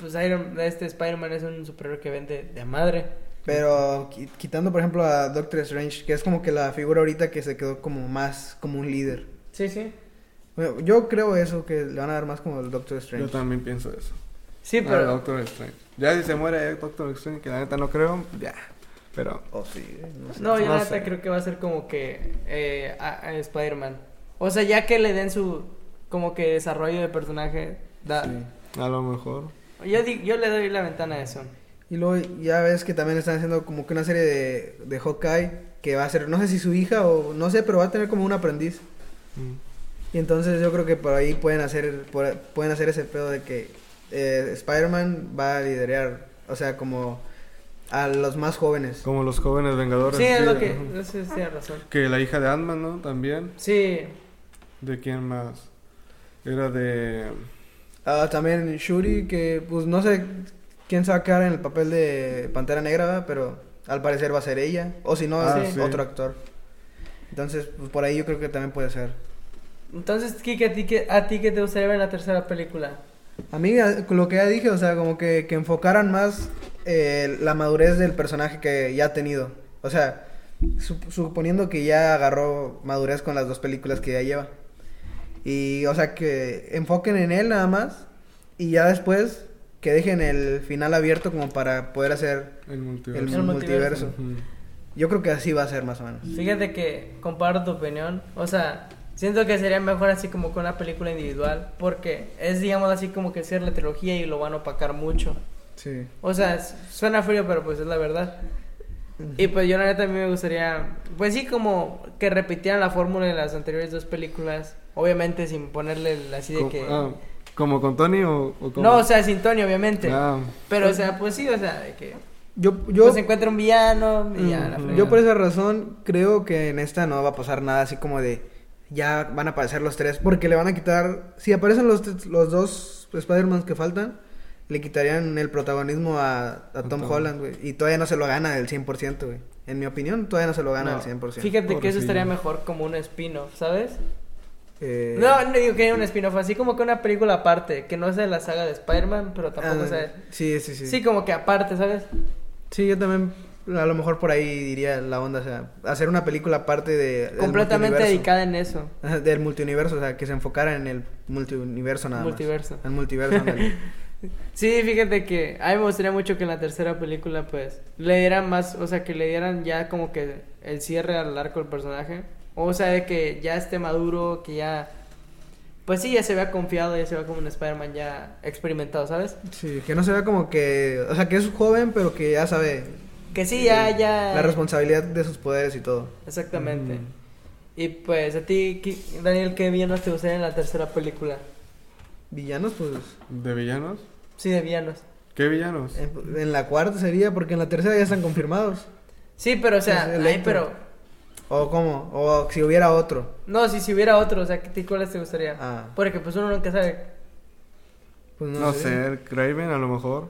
S1: pues Iron este Spider-Man es un superhéroe que vende de madre.
S2: Pero qui- quitando, por ejemplo, a Doctor Strange, que es como que la figura ahorita que se quedó como más como un líder.
S1: Sí, sí.
S2: Bueno, yo creo eso, que le van a dar más como el Doctor
S3: Yo
S2: Strange.
S3: también pienso eso.
S1: Sí,
S3: Ah,
S1: pero
S3: eh, Doctor Strange. Ya si se muere Doctor Strange, que la neta no creo, ya. Pero
S2: Oh, sí, güey, no sé.
S1: No, yo
S3: No
S1: la neta
S3: sé.
S1: creo que va a ser como que eh, a- a Spider-Man. O sea, ya que le den su como que desarrollo de personaje. da-
S3: sí, a lo mejor.
S1: yo, di- yo le doy la ventana a eso.
S2: Y luego ya ves que también están haciendo como que una serie de, de Hawkeye que va a ser, no sé si su hija o no sé, pero va a tener como un aprendiz.
S3: Mm.
S2: Y entonces yo creo que por ahí pueden hacer, por- pueden hacer ese pedo de que eh, Spider-Man va a liderar, o sea, como a los más jóvenes.
S3: Como los jóvenes vengadores.
S1: Sí, es lo que...
S3: ajá.
S1: Eso sí, tiene razón.
S3: Que la hija de Ant-Man, ¿no? También.
S1: Sí,
S3: ¿De quién más? Era de...
S2: Ah, también Shuri, que pues no sé quién se va a quedar en el papel de Pantera Negra, ¿verdad? pero al parecer va a ser ella, o si no,
S3: Ah,
S2: es
S3: sí.
S2: otro actor. Entonces, pues por ahí yo creo que también puede ser.
S1: entonces, Kike, ¿a ti, qué, ¿a ti qué te gustaría ver en la tercera película?
S2: A mí, a- lo que ya dije, o sea, como que, que enfocaran más eh, la madurez del personaje que ya ha tenido. O sea, sup- suponiendo que ya agarró madurez con las dos películas que ya lleva. Y, o sea, que enfoquen en él nada más. Y ya después que dejen el final abierto como para poder hacer
S3: El
S2: el,
S3: multiverso.
S1: El multiverso.
S2: multiverso.
S3: Ujú.
S2: Yo creo que así va a ser más o menos.
S1: Fíjate que comparto tu opinión. O sea, siento que sería mejor así como con una película individual. Porque es, digamos, así como que ser la trilogía y lo van a opacar mucho.
S2: Sí.
S1: O sea, s- suena frío, pero pues es la verdad. Y pues yo la neta a mí me gustaría, pues sí, como que repitieran la fórmula de las anteriores dos películas. Obviamente sin ponerle el- así de
S3: Co-
S1: que...
S3: ah, ¿Como con Tony o, o como-
S1: no, o sea, este- sin Tony, obviamente.
S3: Ah,
S1: Pero, o sea, pues sí, o sea, de que...
S2: Yo, yo,
S1: Pues encuentra un villano y ya, la
S3: Ujú.
S1: fregada.
S2: Yo por esa razón creo que en esta no va a pasar nada así como de ya van a aparecer los tres, porque le van a quitar, si aparecen los, t- los dos Spider-Man que faltan, le quitarían el protagonismo a, a
S3: A
S2: Tom
S3: Tom.
S2: Holland, güey, y todavía no se lo gana del 100%, güey. En mi opinión, todavía no se lo gana del 100%.
S1: Fíjate que eso
S3: Pobrecillo.
S1: estaría mejor como un spin-off, ¿sabes?
S2: Eh,
S1: No, no digo que era un spin-off, así como que una película aparte, que no es de la saga de Spider-Man, pero tampoco
S2: ah,
S1: es de...
S2: sí, sí, sí,
S1: Sí, como que aparte, ¿sabes?
S2: Sí, yo también a lo mejor por ahí diría la onda, o sea, hacer una película aparte de... del
S1: Completamente
S2: multiverso.
S1: dedicada en eso.
S2: Ajá, Del multiuniverso, o sea, que se enfocara en el multiuniverso nada
S1: Multiverso.
S2: más. El multiverso. ándale.
S1: Sí, fíjate que a mí me gustaría mucho que en la tercera película, pues, le dieran más, o sea, que le dieran ya como que el cierre al arco del personaje. O sea, de que ya esté maduro, que ya. Pues sí, ya se vea confiado, ya se vea como un Spider-Man ya experimentado, ¿sabes?
S2: Sí, que no se vea como que, o sea, que es joven, pero que ya sabe
S1: Que sí, ya, ya.
S2: la responsabilidad de sus poderes y todo.
S1: Exactamente.
S3: Mm.
S1: Y pues, a ti, ¿qué- Daniel, ¿qué villanos te gustaría en la tercera película?
S2: Villanos, pues,
S3: ¿De villanos?
S1: Sí, de villanos.
S3: ¿Qué villanos?
S2: en, en la cuarta sería, porque en la tercera ya están confirmados.
S1: Sí, pero, o sea,
S2: Pues,
S1: ay,
S2: Electro.
S1: pero.
S2: O cómo, o si hubiera otro.
S1: No, si, si hubiera otro, o sea, ¿qué- ¿cuáles te gustaría?
S2: Ah.
S1: Porque, pues, uno nunca sabe.
S2: Pues
S3: no sé, el Kraven a lo mejor.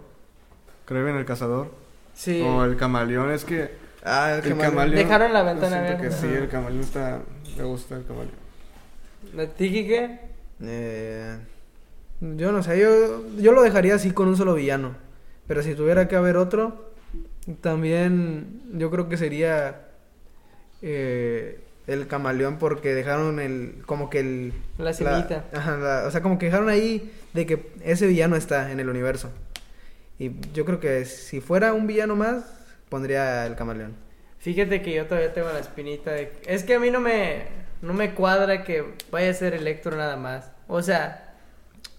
S3: Kraven el cazador.
S1: Sí.
S3: O el camaleón, es que...
S2: Ah, el,
S3: El
S2: camaleón.
S3: camaleón.
S1: Dejaron la
S3: yo
S1: ventana
S3: siento
S1: abierta.
S3: que sí,
S1: Ajá.
S3: el camaleón está... Me gusta el camaleón.
S1: ¿A ti, Quique?
S2: Eh, yo no sé, yo, yo lo dejaría así con un solo villano. Pero si tuviera que haber otro, también yo creo que sería eh, el camaleón porque dejaron el, como que el...
S1: La semillita.
S2: ajá, la- o sea, como que dejaron ahí de que ese villano está en el universo. Y yo creo que si fuera un villano más, pondría el camaleón.
S1: Fíjate que yo todavía tengo la espinita de... Es que a mí no me... No me cuadra que vaya a ser Electro nada más. O sea,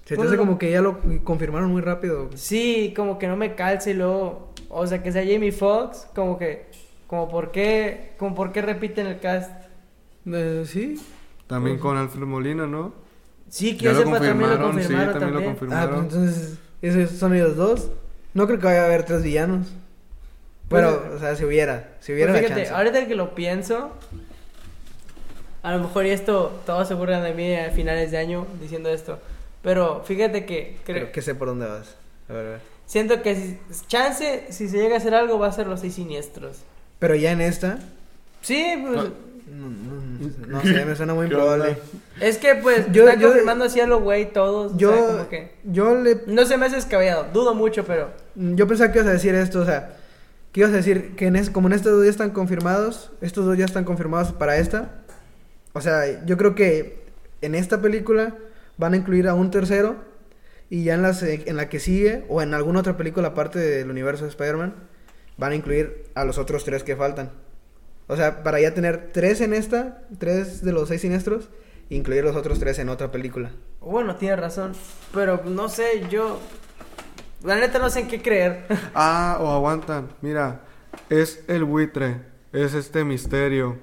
S2: Se te
S1: Bueno,
S2: hace
S1: no-
S2: como que ya lo confirmaron muy rápido.
S1: sí, como que no me calce y luego... O sea, que sea Jamie Foxx, como que... Como por qué... Como por qué repiten el cast.
S2: Eh, sí,
S3: También con Alfred Molina, ¿no?
S1: Sí, que
S3: Ya
S1: yo
S3: lo
S1: sepa, también lo
S3: confirmaron, sí,
S1: confirmaron
S3: también lo
S1: también.
S2: Ah, pues
S3: confirmaron.
S2: entonces, esos son ellos dos. No creo que vaya a haber tres villanos. Pero,
S1: Pues-
S2: o sea, si hubiera, si
S1: Pues
S2: hubiera la
S1: fíjate,
S2: chance.
S1: ahorita que lo pienso, a lo mejor y esto, todos se burlan de mí a finales de año diciendo esto, pero fíjate que creo
S2: Creo que sé por dónde vas. A ver, a ver.
S1: siento que si- chance, si se llega a hacer algo, va a ser los seis siniestros.
S2: Pero ya en esta,
S1: Sí, pues,
S3: Ah.
S2: no, no- no sé, me suena muy
S3: ¿Qué
S2: improbable.
S3: onda?
S1: es que pues
S2: Yo-
S1: están
S2: yo-
S1: confirmando así a los güey todos. Yo,
S2: Yo, yo le,
S1: no se me hace descabellado, dudo mucho, pero
S2: yo pensaba que ibas a decir esto, o sea, que ibas a decir que en es- como en estos dos ya están confirmados, estos dos ya están confirmados para esta. O sea, yo creo que en esta película van a incluir a un tercero eh, y ya en, las, en la que sigue o en alguna otra película aparte del universo de Spider-Man van a incluir a los otros tres que faltan. O sea, para ya tener tres en esta, tres de los seis siniestros, incluir los otros tres en otra película.
S1: Bueno, tienes razón. Pero no sé, yo. La neta no sé en qué creer.
S3: Ah, o aguanta. Mira, es el buitre. Es este misterio.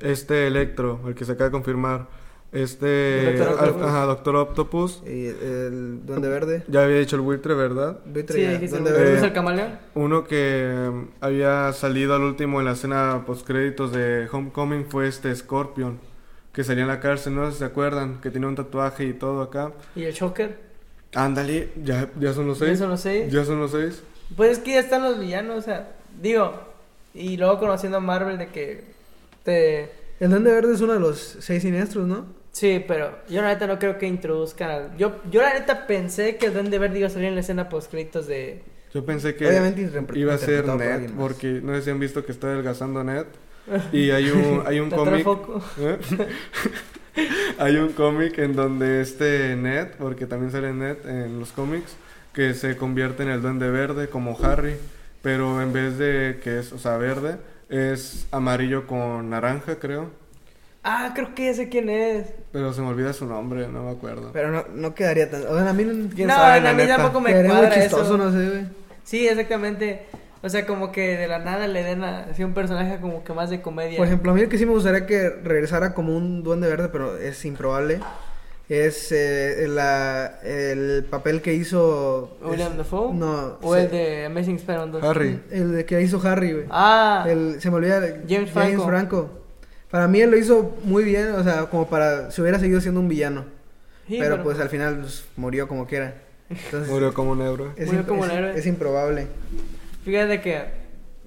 S3: Este electro, el que se acaba de confirmar. Este.
S2: El Doctor
S3: al-
S2: Octopus.
S3: Ajá, Doctor Octopus.
S2: Y el Duende Verde.
S3: Ya había dicho el buitre, ¿verdad?
S2: Buitre,
S5: Sí,
S2: ya,
S5: dijiste,
S2: Duende
S5: ¿no?
S3: Eh,
S2: Verde.
S5: ¿Es el camaleón?
S3: Uno que mm, había salido al último en la escena postcréditos de Homecoming fue este Scorpion, que salía en la cárcel, no sé si se acuerdan, que tenía un tatuaje y todo acá.
S1: ¿Y el Joker?
S3: Ándale, ya, ya son los
S1: ¿Y
S3: seis.
S1: eso no sé?
S3: Ya son los seis.
S1: Pues es que ya están los villanos, o sea, digo, y luego conociendo a Marvel de que te...
S2: El Duende Verde es uno de los seis siniestros, ¿no?
S1: Sí, pero yo la neta no creo que introduzcan... al- Yo, yo la neta pensé que el Duende Verde iba a salir en la escena post-créditos de...
S3: Yo pensé que
S2: Obviamente interpre-
S3: iba a ser
S2: interpretado por
S3: Ned,
S2: alguien más.
S3: porque no sé si han visto que está adelgazando Ned. Y hay un, hay un
S1: de otro
S3: cómic.
S1: foco.
S3: ¿Eh? Hay un cómic en donde este Ned, porque también sale Ned en los cómics, que se convierte en el duende verde como Harry, pero en vez de que es, o sea, verde, es amarillo con naranja, creo.
S1: Ah, creo que ya sé quién es.
S3: Pero se me olvida su nombre, no me acuerdo.
S2: Pero no, no quedaría tan... O sea, a mí no...
S3: ¿Quién
S1: no,
S3: sabe, la
S1: a mí
S3: neta?
S1: tampoco me
S2: quedaría muy
S1: cuadra
S2: chistoso,
S1: eso.
S2: no sé, güey.
S1: Sí, exactamente. O sea, como que de la nada le den a, así un personaje como que más de comedia.
S2: Por ejemplo, a mí el que sí me gustaría que regresara como un duende verde, pero es improbable, es eh, la- el papel que hizo...
S1: William
S2: es-
S1: Dafoe.
S2: No.
S1: O
S2: se-
S1: el de Amazing Spider-Man 2.
S3: Harry.
S2: El de que hizo Harry, güey.
S1: Ah,
S2: El- se me olvida. el-
S1: James Franco.
S2: Para mí él lo hizo muy bien, o sea, como para... Si hubiera seguido siendo un villano.
S1: sí,
S2: pero, pues al final pues, murió como quiera. Entonces,
S3: Murió como un héroe.
S2: es,
S1: Murió
S2: imp-
S1: como
S2: es-
S1: el héroe.
S2: es improbable.
S1: Fíjate que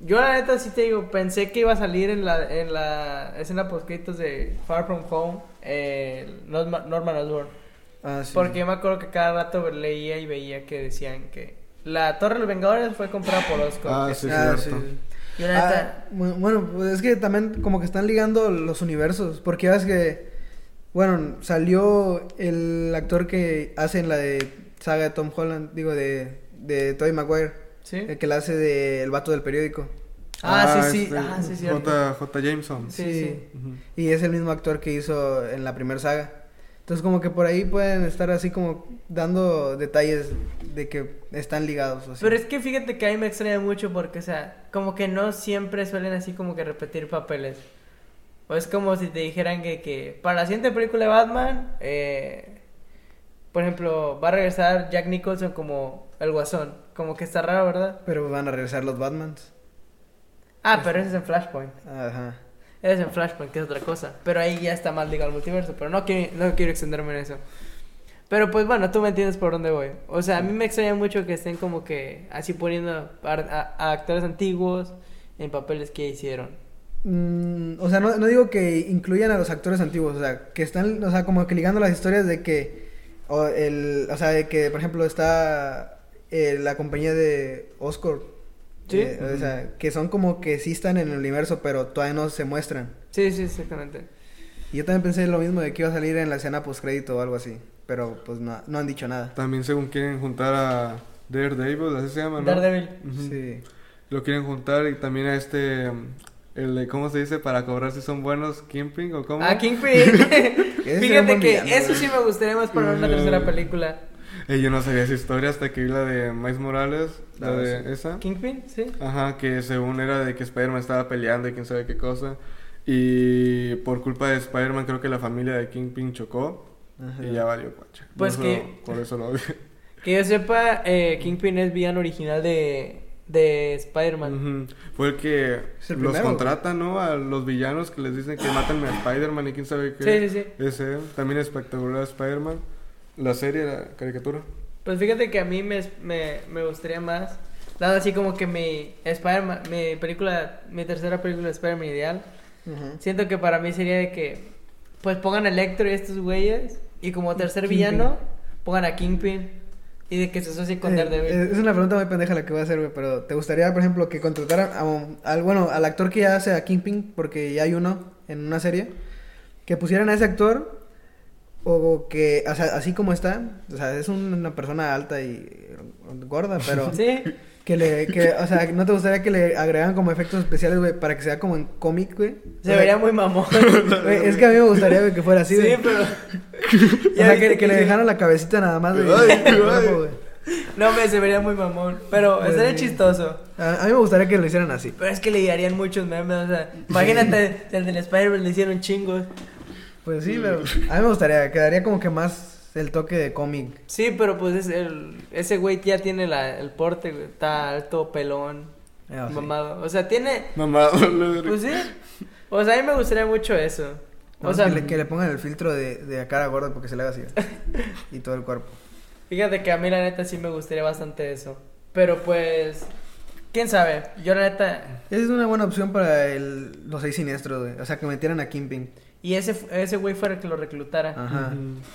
S1: yo la neta sí te digo, pensé que iba a salir en la, en la escena poscritos de Far From Home eh, Norma- Norman Osborn.
S2: Ah, sí.
S1: Porque yo me acuerdo que cada rato leía y veía que decían que la Torre de los Vengadores fue comprada por Oscorp.
S3: Ah, sí,
S2: Ah,
S3: cierto.
S2: sí.
S1: Yo la
S2: Ah,
S1: neta,
S2: bu- bueno, pues es que también como que están ligando los universos, porque ya ves que, bueno, salió el actor que hace en la de saga de Tom Holland, digo, de, de Tobey Maguire,
S1: ¿sí?
S2: el que la hace de El vato del periódico.
S1: Ah, sí, sí,
S3: este,
S1: ah, sí, cierto.
S3: J. J. Jameson.
S1: Sí, sí.
S3: Ujú.
S2: Y es el mismo actor que hizo en la primera saga. Entonces como que por ahí pueden estar así como dando detalles de que están ligados. así.
S1: Pero es que fíjate que a mí me extraña mucho porque, o sea, como que no siempre suelen así como que repetir papeles. O es como si te dijeran que, que para la siguiente película de Batman, eh, por ejemplo, va a regresar Jack Nicholson como el guasón. Como que está raro, ¿verdad?
S2: Pero van a regresar los Batmans.
S1: Ah, pero ese es en Flashpoint.
S2: Ajá.
S1: Ese es en Flashpoint, que es otra cosa. Pero ahí ya está más ligado al multiverso. Pero no quiero, no quiero extenderme en eso. Pero pues bueno, tú me entiendes por dónde voy. O sea, a mí me extraña mucho que estén como que así poniendo ar- a, a actores antiguos en papeles que hicieron.
S2: Mm, o sea, no, no digo que incluyan a los actores antiguos, o sea, que están, o sea, como que ligando las historias de que, o, el, o sea, de que, por ejemplo, está eh, la compañía de Oscar.
S1: Sí.
S2: Eh, o sea, que son como que sí están en el universo, pero todavía no se muestran.
S1: Sí, sí, exactamente.
S2: Y yo también pensé lo mismo de que iba a salir en la escena postcrédito o algo así, pero pues no, no han dicho nada.
S3: También según quieren juntar a Daredevil, así se llama, ¿no?
S1: Daredevil.
S3: Ujú.
S2: Sí.
S3: Lo quieren juntar y también a este. mm, El de, ¿Cómo se dice? Para cobrar si son buenos, Kimping o cómo.
S1: Ah, Kingpin.
S2: sería un
S1: Fíjate
S2: buen
S1: que
S2: villano,
S1: eso
S2: güey.
S1: sí me gustaría más para una
S3: Mm.
S1: tercera película.
S3: Eh, yo no sabía esa historia hasta que vi la de Miles Morales, la
S2: Ah,
S3: de esa.
S1: Kingpin, sí.
S3: Ajá, que según era de que Spider-Man estaba peleando y quién sabe qué cosa. Y por culpa de Spider-Man, creo que la familia de Kingpin chocó
S2: Ajá.
S3: y ya valió pacha. Por
S1: Pues
S3: eso-
S1: que-
S3: Por eso lo odio.
S1: Que yo sepa, eh, Kingpin es villano original de, de Spider-Man.
S3: Ujú. Fue el que
S2: Es el
S3: los
S2: primero,
S3: contrata, ¿no? A los villanos que les dicen que matan a Spider-Man y quién sabe qué.
S1: Sí, sí, sí.
S3: Ese, también espectacular Spider-Man. La serie, la caricatura.
S1: Pues fíjate que a mí me, me, me gustaría más, dado así como que mi Spider-Man, mi película, mi tercera película de Spider-Man ideal,
S2: Ujú.
S1: siento que para mí sería de que, pues pongan a Electro y estos güeyes, y como tercer
S2: Kingpin.
S1: villano, pongan a Kingpin, y de que se asocie con
S2: Eh,
S1: Daredevil.
S2: eh, Es una pregunta muy pendeja la que voy a hacer, güey, pero ¿te gustaría, por ejemplo, que contrataran a un- al, bueno, al actor que ya hace a Kingpin, porque ya hay uno en una serie, que pusieran a ese actor o que, o sea, así como está, o sea, es un- una persona alta y eh, gorda, pero
S1: ¿Sí?
S2: Que le, que, o sea, ¿no te gustaría que le agregaran como efectos especiales, güey, para que sea como en cómic, güey? O
S1: Se
S2: sea,
S1: vería muy mamón.
S2: güey, es que a mí me gustaría, güey, que fuera así,
S1: Sí,
S2: güey.
S1: pero.
S2: o
S1: Ya
S2: sea,
S1: viste
S2: que, que le
S1: que-
S2: dejaron la cabecita nada más, güey.
S3: Ay,
S2: en el
S3: ay.
S2: cuerpo, güey.
S1: No, me se vería muy mamón. Pero
S2: Pues
S1: estaría
S2: sí.
S1: chistoso.
S2: A, a mí me gustaría que lo hicieran así.
S1: Pero es que le harían muchos memes. O sea, imagínate, el del Spider-Man le hicieron chingos.
S2: Pues sí, pero a mí me gustaría, quedaría como que más el toque de cómic.
S1: Sí, pero pues es el, ese güey ya tiene la, el porte, güey. Está alto, pelón,
S2: Eh, o sea,
S1: mamado. O sea, tiene.
S3: Mamá,
S1: Pues sí. O sea, a mí me gustaría mucho eso.
S2: no,
S1: o sea,
S2: que, le, que le pongan el filtro de, de la cara gorda porque se le haga así. güey. y todo el cuerpo.
S1: fíjate que a mí la neta sí me gustaría bastante eso. Pero pues. Quién sabe. Yo la neta.
S2: Esa es una buena opción para el, los seis siniestros, güey. O sea, que metieran a Kingpin.
S1: Y ese, fu- ese güey fuera el que lo reclutara.
S2: Ajá.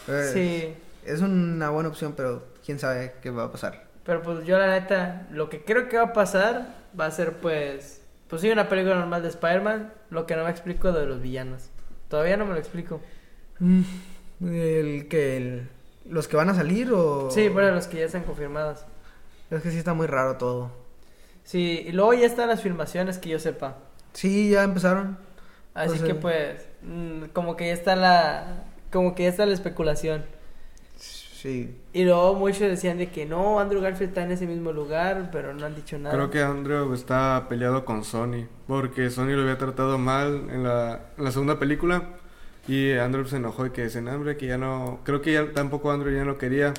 S2: Eh,
S1: Sí.
S2: Es una buena opción, pero quién sabe qué va a pasar.
S1: Pero pues yo la neta, lo que creo que va a pasar va a ser pues, pues sí, una película normal de Spider-Man, lo que no me explico de los villanos. Todavía no me lo explico. Mm.
S2: El que el- los que van a salir o
S1: Sí, bueno, los que ya están confirmados.
S2: es que sí está muy raro todo.
S1: Sí, y luego ya están las filmaciones que yo sepa.
S2: Sí, ya empezaron.
S1: Así
S2: O sea-
S1: que pues, mm, como que ya está la, como que ya está la especulación.
S2: Sí.
S1: Y luego muchos decían de que no, Andrew Garfield está en ese mismo lugar, pero no han dicho nada.
S3: Creo que Andrew está peleado con Sony, porque Sony lo había tratado mal en la, en la segunda película y Andrew se enojó y que dicen, hambre, que ya no, creo que ya tampoco Andrew ya no quería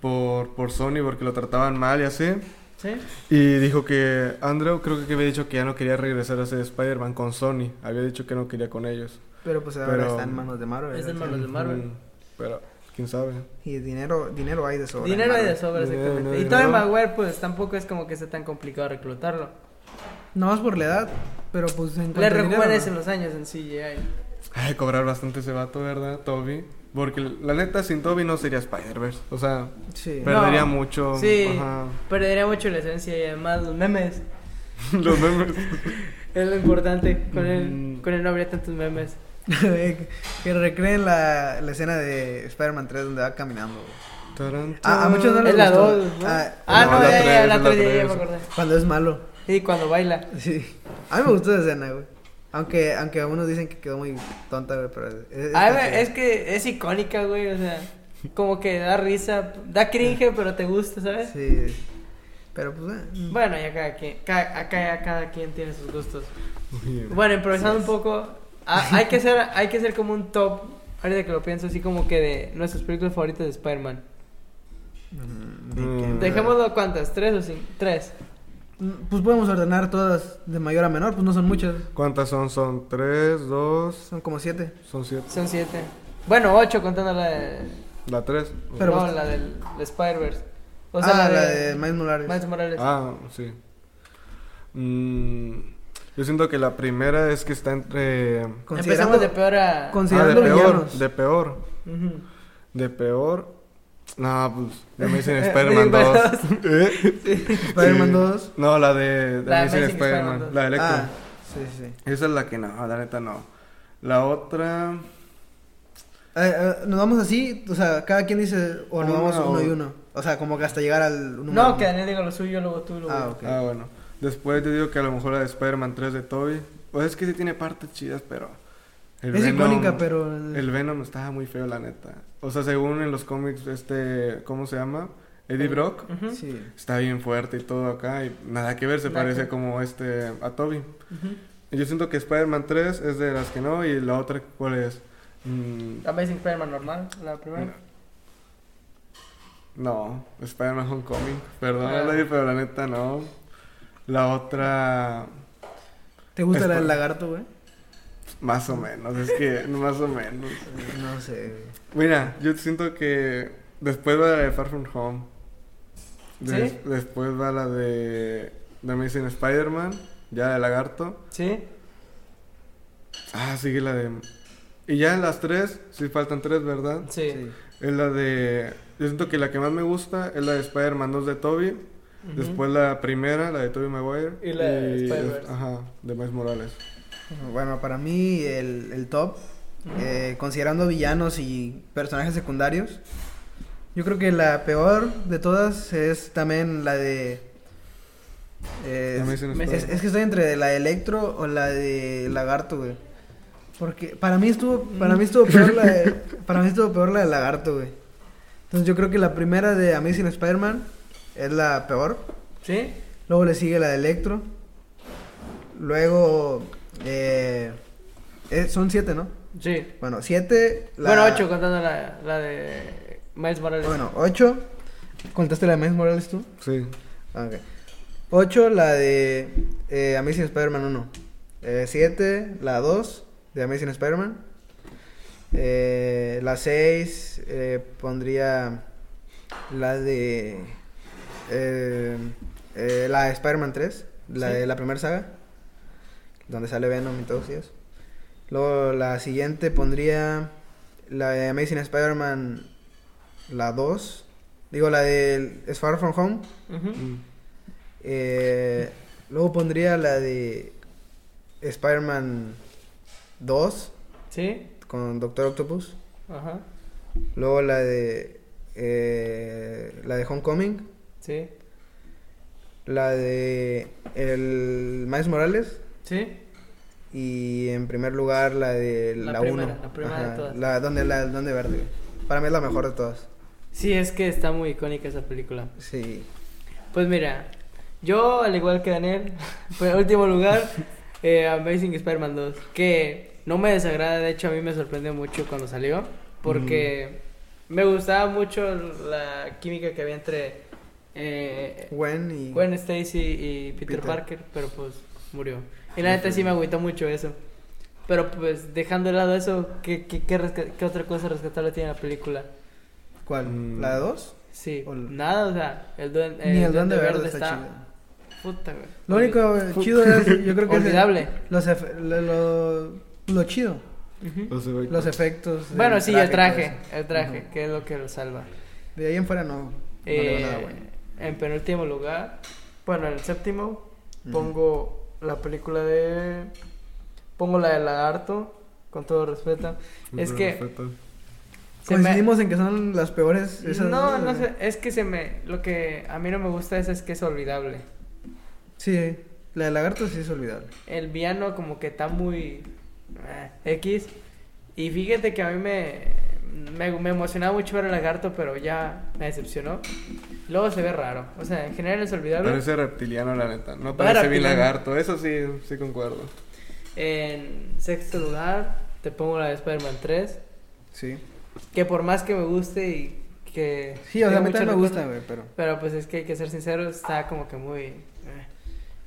S3: por, por Sony porque lo trataban mal y así.
S1: ¿Sí?
S3: Y dijo que Andrew creo que había dicho que ya no quería regresar a ser Spider-Man con Sony, había dicho que no quería con ellos.
S2: Pero pues ahora
S3: Pero-
S2: está en manos de Marvel.
S1: Es en
S2: o sea,
S1: manos de Marvel.
S3: Mm, Pero, quién sabe.
S2: Y dinero, dinero hay de sobra. en
S1: Dinero hay de
S2: Marvel.
S1: sobra,
S3: Dinero,
S1: exactamente.
S3: dinero,
S1: y Tobey
S3: dinero.
S1: Maguire, pues tampoco es como que sea tan complicado reclutarlo.
S2: No más por la edad, pero pues en cuanto
S1: Le
S2: a dinero,
S1: rejuvenecen
S2: ¿no?
S1: los años en CGI.
S3: Ay, cobrar bastante ese vato, ¿verdad, Toby? Porque la neta, sin Toby no sería Spider-Verse. O sea,
S2: Sí.
S1: Pero-
S3: perdería
S1: No.
S3: mucho.
S1: Sí.
S3: Ajá.
S1: Perdería mucho la esencia y además los memes.
S3: Los memes.
S1: Es lo importante. Con él,
S3: Mm.
S1: con él no habría tantos memes.
S2: que recreen la, la escena de Spider-Man 3 donde va caminando. güey.
S3: Taran,
S1: Ah,
S2: A, a muchos no les
S1: Es la
S2: gustó.
S1: 2, ¿no?
S2: Ah,
S1: Ah,
S3: no,
S1: no,
S3: la
S1: ya, ya, la
S3: tres, la
S1: tres, ya, ya me
S3: tres.
S1: acordé.
S2: Cuando es malo.
S1: Y cuando baila.
S2: Sí. A mí me gustó esa escena, güey. Aunque, aunque algunos dicen que quedó muy tonta, güey, pero... es- es-
S1: Ay,
S2: está
S1: güey,
S2: chida.
S1: es que es icónica, güey. O sea, como que da risa, da cringe, pero te gusta, ¿sabes?
S2: Sí. Pero pues... eh, mm.
S1: Bueno, ya cada quien, ca- acá ya cada quien tiene sus gustos.
S3: Oye,
S1: Bueno, improvisando un poco, a- hay que hacer, hay que hacer como un top, ahorita que lo pienso, así como que de nuestras películas favoritas de Spider-Man.
S2: Mm, ¿de qué?
S3: Mm.
S1: Dejémoslo cuántas, tres o cinco, tres.
S2: Mm, Pues podemos ordenar todas de mayor a menor, pues no son muchas.
S3: ¿Cuántas son? Son tres, dos,
S2: Son como siete.
S3: son siete.
S1: Son siete. Bueno, ocho contando la de.
S3: La tres.
S2: Pero
S1: no,
S2: vos-
S1: la del la Spider-Verse. O
S2: ah, la de Miles Morales.
S1: Miles Morales.
S3: Ah, sí. Mm, yo siento que la primera es que está entre.
S2: Considerando,
S1: Empezamos de peor a. Ah.
S3: Ah, de
S2: considerando
S3: peor.
S2: villanos.
S3: De peor.
S1: Ujú.
S3: De peor. No, pues. De Amazing Spider-Man 2. ¿Eh?
S2: Spider-Man 2.
S3: No, la de, de
S1: La de
S3: Amazing
S1: Amazing
S3: Spider-Man.
S1: Spider-Man 2.
S3: la de Electro.
S2: Ah, sí, sí, sí.
S3: Esa es la que no, la neta no. La otra.
S2: Eh, eh, nos vamos así, o sea, cada quien dice, o nos
S3: Una
S2: vamos
S3: o-
S2: uno y uno. O sea, como que hasta llegar al número.
S1: No,
S2: uno.
S1: que Daniel diga lo suyo, luego tú, luego.
S2: Ah,
S1: yo.
S2: ok.
S3: Ah, bueno. Después te digo que a lo mejor la de Spider-Man 3 de Toby. Pues es que sí tiene partes chidas, pero. el
S2: es
S3: Venom-
S2: icónica, pero.
S3: El Venom estaba muy feo, la neta. O sea, según en los cómics, este. ¿Cómo se llama? Eddie Brock.
S1: Ujú,
S2: Sí.
S3: Está bien fuerte y todo acá. Y nada que ver, se
S1: Nada que
S3: parece
S1: ver.
S3: como este. A Toby.
S1: ujú.
S3: Y Yo siento que Spider-Man 3 es de las que no. Y la otra, ¿cuál es? Mm,
S1: Amazing Spider-Man normal, la primera.
S3: Mm, No, Spider-Man Homecoming. Perdón,
S1: Ah.
S3: Eddie, pero la neta no. La otra,
S2: ¿Te gusta la
S3: Espa-
S2: del lagarto, güey?
S3: más o menos, es que más o menos.
S2: Eh, No sé. güey.
S3: Mira, yo siento que después va la de Far From Home. Des-
S1: ¿Sí?
S3: Después va la de, de Amazing Spider-Man, ya de Lagarto.
S1: ¿Sí?
S3: Ah, sigue la de... Y ya en las tres, si faltan tres, ¿verdad?
S1: Sí.
S3: Es la de... Yo siento que la que más me gusta es la de Spider-Man 2 de Toby.
S1: Ujú.
S3: Después la primera, la de Tobey Maguire.
S1: Y la de
S3: des-
S1: Spider-Verse.
S3: Ajá, de Miles Morales.
S2: Bueno, para mí, el, el top, eh, considerando villanos y personajes secundarios, yo creo que la peor de todas es también la de. Eh,
S3: A mí se me
S2: es,
S3: escapa.
S2: es que estoy entre la de Electro o la de Lagarto, güey. Porque para mí estuvo, para mí estuvo peor la de, para mí estuvo peor la de Lagarto, güey. Entonces yo creo que la primera de Amazing Spider-Man es la peor.
S1: ¿Sí?
S2: Luego le sigue la de Electro. Luego eh, eh, son siete, ¿no?
S1: Sí.
S2: Bueno, siete. la-
S1: Bueno, 8 contando la, la de Miles Morales.
S2: Bueno, ocho. ¿Contaste la de Miles Morales tú?
S3: Sí.
S2: Ah, Ok. 8, la de eh, Amazing Spider-Man 1. 7, la 2 de Amazing Spider-Man. Eh, la 6, pondría la de. eh, eh, la de Spider-Man 3, la
S1: Sí.
S2: de la primera saga, donde sale Venom y todos ellos. Luego la siguiente pondría la de Amazing Spider-Man, la 2. Digo, la de Es Far From Home.
S1: Ujú.
S3: Mm.
S2: Eh, luego pondría la de Spider-Man 2
S1: ¿Sí?
S2: con Doctor Octopus.
S1: Ajá.
S2: Luego la de eh, la de Homecoming,
S1: ¿Sí?
S2: la de el Miles Morales
S1: ¿Sí?
S2: y en primer lugar la de
S1: La
S2: la 1.
S1: primera, la primera de todas.
S2: La donde la donde verde. güey. Para mí es la mejor de todas.
S1: Sí, es que está muy icónica esa película.
S2: Sí.
S1: Pues mira, yo al igual que Daniel, fue en último lugar, eh, Amazing Spider-Man 2, que no me desagrada, de hecho a mí me sorprendió mucho cuando salió, porque
S2: Mm.
S1: me gustaba mucho la química que había entre eh,
S2: Gwen y
S1: Gwen Stacy y Peter,
S2: Peter.
S1: Parker, pero pues murió. Y la neta sí me agüitó mucho eso. Pero pues dejando de lado eso, ¿qué, qué, qué resca- qué otra cosa rescatable tiene la película?
S2: ¿Cuál?
S3: Mm.
S2: ¿La 2?
S1: Sí,
S2: O-
S1: nada, o sea, el, duen-
S2: Ni el Duende Verde está,
S1: Eh, está...
S2: chido.
S1: Puta, güey.
S2: Lo único eh, chido es yo creo que es el-
S1: Olvidable.
S2: los efe- lo- lo- lo chido.
S1: Ujú.
S3: Los efectos.
S2: Los efectos. del
S1: Bueno, sí, el
S2: y
S1: traje,
S2: todo eso.
S1: el traje,
S2: Ujú.
S1: que es lo que lo salva.
S2: De ahí en fuera no. no le veo nada
S1: Eh,
S2: bueno.
S1: En penúltimo lugar, bueno, en el séptimo,
S2: Ujú.
S1: mm. pongo la película de... Pongo la de Lagarto, con todo respeto. Es
S3: Pero
S1: que-
S3: respeto.
S1: Se me- Mm,
S2: Coincidimos en que son las peores. esas
S1: No, no
S2: güey.
S1: sé, es que se me... Lo que a mí no me gusta es, es que es olvidable.
S2: Sí, la de lagarto sí es olvidable.
S1: el villano como que está muy eh, X. Y fíjate que a mí me, me, me emocionaba mucho ver el lagarto, pero ya me decepcionó. Luego se ve raro. O sea, en general es olvidable.
S3: Parece reptiliano, la neta. No
S1: Ah,
S3: parece bien
S1: reptiliano.
S3: lagarto. Eso sí, sí concuerdo.
S1: En sexto lugar, te pongo la de Spider-Man 3.
S2: Sí.
S1: Que por más que me guste y que...
S2: Sí, o sea,
S1: tenga
S2: a mí
S1: mucho
S2: también me
S1: recuerdo-
S2: gusta, güey, pero.
S1: Pero pues es que hay que ser sincero, está como que muy... eh.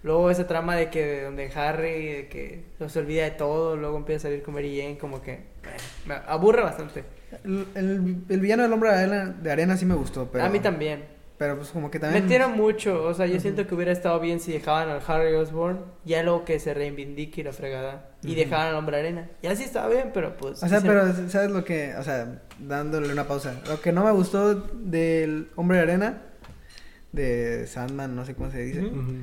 S1: Luego esa trama de que donde Harry, de que se olvida de todo, luego empieza a salir con Mary Jane, como que eh, me aburre bastante.
S2: El, el- el villano del hombre de arena, de arena sí me gustó, pero.
S1: A mí también.
S2: Pero pues como que también.
S1: Metieron mucho, o sea, yo
S2: Ujú.
S1: siento que hubiera estado bien si dejaban al Harry Osborn, ya luego que se reivindique y la fregada, y
S2: Ujú.
S1: dejaran al hombre arena. Ya sí estaba bien, pero pues...
S2: O sea,
S1: sí se-
S2: pero ¿sabes lo que? O sea, dándole una pausa. Lo que no me gustó del hombre de arena, de Sandman, no sé cómo se dice.
S1: Ujú.
S3: Ujú.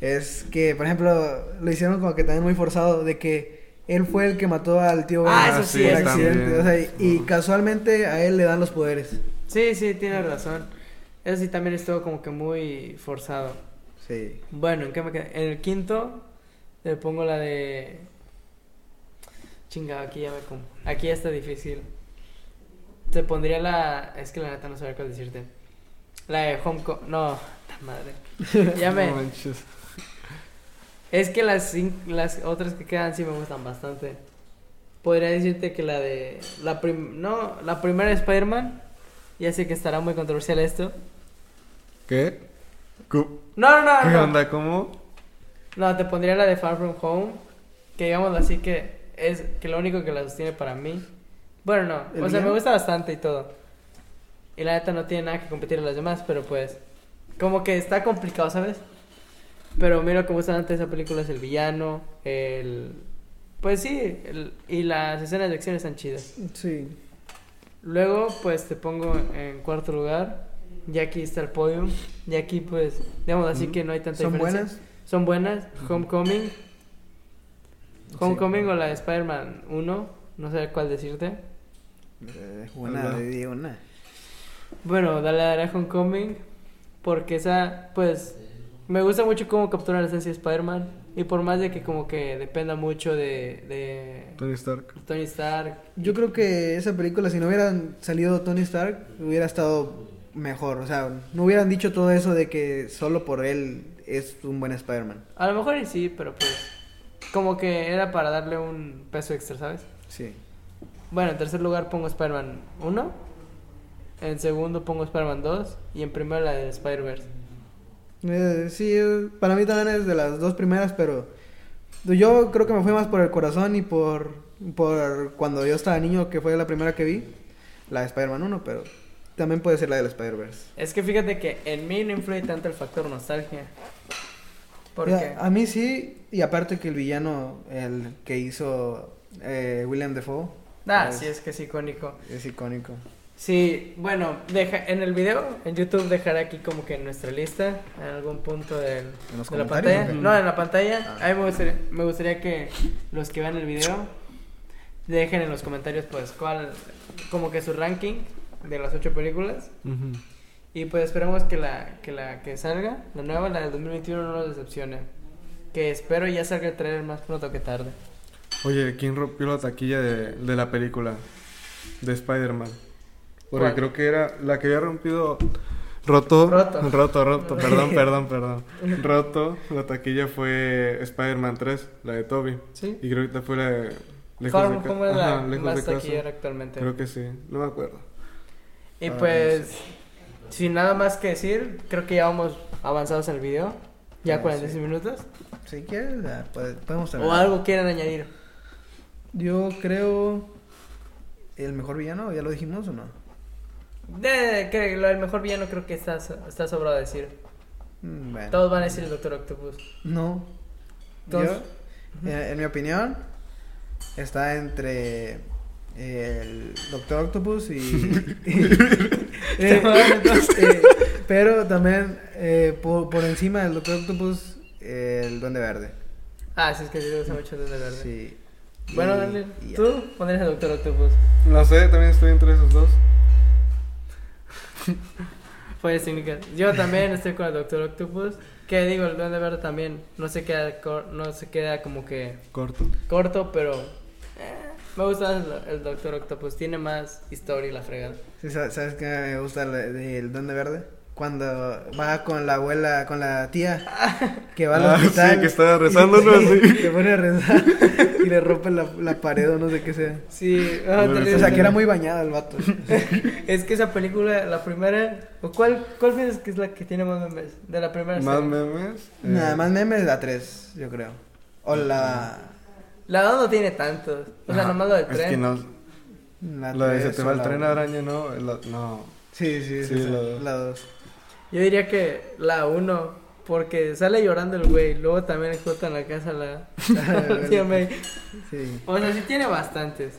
S2: Es que, por ejemplo, lo hicieron como que también muy forzado, de que él fue el que mató al tío
S1: Ah,
S2: Ben
S1: eso sí,
S2: por
S1: eso sí.
S2: accidente. O sea, y, y
S3: Ujú.
S2: casualmente a él le dan los poderes.
S1: Sí, sí, tienes razón. Eso sí también estuvo como que muy forzado.
S2: Sí.
S1: Bueno, ¿en qué me quedé? En el quinto le pongo la de... Chinga, aquí ya me como. Aquí ya está difícil. Te pondría la... Es que la neta no sabía cuál decirte. La de Homecoming... No, puta madre. Ya me...
S3: No manches.
S1: Es que las, cin- las otras que quedan sí me gustan bastante. Podría decirte que la de... La prim- No, la primera de Spider-Man. Ya sé que estará muy controversial esto.
S3: ¿Qué? Cu-
S1: No, no,
S3: ¿Qué
S1: Ah, no. no.
S3: onda? ¿Cómo?
S1: No, te pondría la de Far From Home. Que digámoslo así que es que lo único que la sostiene para mí. Bueno, no. O
S2: ¿El
S1: sea, me
S2: bien?
S1: gusta bastante y todo. Y la neta no tiene nada que competir a las demás, pero pues. Como que está complicado, ¿sabes? Pero mira como gusta antes esa película es el villano, el. Pues sí, el- y las escenas de acción están chidas.
S2: Sí.
S1: Luego, pues te pongo en cuarto lugar. Y aquí está el podio. Y aquí, pues, digamos así
S3: Ujú.
S1: que no hay tanta
S2: ¿Son
S1: diferencia.
S2: buenas?
S1: Son buenas. Homecoming. Homecoming
S2: Sí.
S1: o la de Spider-Man 1. No sé cuál decirte.
S2: Eh, una,
S3: Ajá.
S2: de di una.
S1: Bueno, dale a la de Homecoming. Porque esa, pues, Me gusta mucho cómo captura la esencia de Spider-Man. Y por más de que como que dependa mucho de, de
S3: Tony Stark.
S1: Tony Stark.
S2: Yo creo que esa película, si no hubieran salido Tony Stark, hubiera estado mejor. O sea, no hubieran dicho todo eso de que solo por él es un buen Spider-Man.
S1: A lo mejor y sí, pero pues como que era para darle un peso extra, ¿sabes?
S2: Sí.
S1: Bueno, en tercer lugar pongo Spider-Man 1. En segundo pongo Spider-Man 2. Y en primero la de Spider-Verse.
S2: Eh, sí, eh, para mí también es de las dos primeras, pero yo creo que me fue más por el corazón y por, por cuando yo estaba niño, que fue la primera que vi, la de Spider-Man 1, pero también puede ser la del Spider-Verse.
S1: Es que fíjate que en mí no influye tanto el factor nostalgia.
S2: Ya, ah,
S1: Porque...
S2: A mí sí, y aparte que el villano, el que hizo eh, William Defoe,
S1: Ah,
S2: pues.
S1: sí, es que es icónico.
S2: es icónico.
S1: Sí, bueno, deja, en el video, en YouTube dejaré aquí como que nuestra lista, en algún punto del-
S2: ¿En los
S1: de la
S2: comentarios,
S1: pantalla.
S2: o qué? Ah.
S1: No, en la pantalla. A mí me gustaría, me gustaría que los que vean el video dejen en los comentarios pues cuál, como que su ranking de las ocho películas. Y pues esperamos que la que, la, que salga, la nueva, la del 2021 no nos decepcione. Que espero ya salga el trailer más pronto que tarde.
S3: Oye, ¿quién rompió la taquilla de, de la película de Spider-Man? Porque
S1: ¿Cuál?
S3: creo que era la que había rompido. Roto,
S1: Roto.
S3: roto, roto, perdón, perdón, perdón. Roto, la taquilla fue Spider-Man 3, la de Toby.
S1: ¿Sí?
S3: Y creo que ahorita fue la de.
S1: Far From
S3: ca-
S1: Home es la
S3: Ajá, lejos de
S1: más
S3: casa.
S1: taquillera actualmente.
S3: Creo que sí, no me acuerdo.
S1: Y
S2: Ah,
S1: pues,
S3: Ah,
S1: sin nada más que decir, creo que ya vamos avanzados en el video. Ya
S2: Ah,
S1: 46
S2: sí.
S1: minutos.
S2: Si quieres, ah, puede- podemos
S1: O
S2: terminar.
S1: algo quieran añadir.
S2: Yo creo el mejor villano, ya lo dijimos o no.
S1: De, de- que lo del mejor villano creo que está, so- está sobrado decir.
S2: Mm, Bueno.
S1: Todos van a decir el Doctor Octopus.
S2: No.
S1: Entonces-
S2: Yo, eh, en mi opinión, está entre el Doctor Octopus y... y- eh, eh, pero también eh, por, por encima del Doctor Octopus, eh, el Duende Verde.
S1: Ah, sí, es que sí te gusta mucho desde verde.
S2: Sí.
S1: Bueno,
S2: Y-
S1: Daniel,
S2: y ya.
S1: tú pondrías el Doctor Octopus.
S3: No sé, también estoy entre esos dos.
S1: Fue técnica. Pues Yo también estoy con el Doctor Octopus. Que digo, el Duende Verde también no se queda, cor- no se queda como que
S3: Corto.
S1: corto, pero eh, me gusta el, el Doctor Octopus. Tiene más historia y la fregada.
S2: Sí, sa- ¿Sabes qué me gusta el, del Duende Verde? Cuando va con la abuela, con la tía, que va al
S3: Ah,
S2: hospital.
S3: sí, que está rezando, ¿no? Sí.
S2: Se pone a rezar y le rompe la, la pared o no sé qué sea.
S1: Sí,
S3: ah,
S1: ah,
S3: te
S2: O sea, que era muy bañada el vato.
S1: Es que esa película, la primera. ¿o ¿Cuál, cuál piensas que es la que tiene más memes? De la primera.
S3: Más
S1: serie.
S3: memes. eh,
S2: Nada más memes la 3, yo creo. O la...
S1: La dos no tiene tantos. O sea,
S3: ajá,
S1: nomás lo del
S3: Es que
S1: tren.
S3: no,
S2: La,
S3: Lo de se
S2: tres
S3: te va
S2: o
S3: el
S2: la
S3: tren
S2: uno.
S3: araña, ¿no? La- no.
S2: Sí, sí, sí,
S3: Sí,
S2: sí,
S3: la dos.
S2: la 2.
S1: Yo diría que la uno. Porque sale llorando el güey. Luego también explota en la casa la. la tía May.
S2: Sí.
S1: O sea, sí tiene bastantes.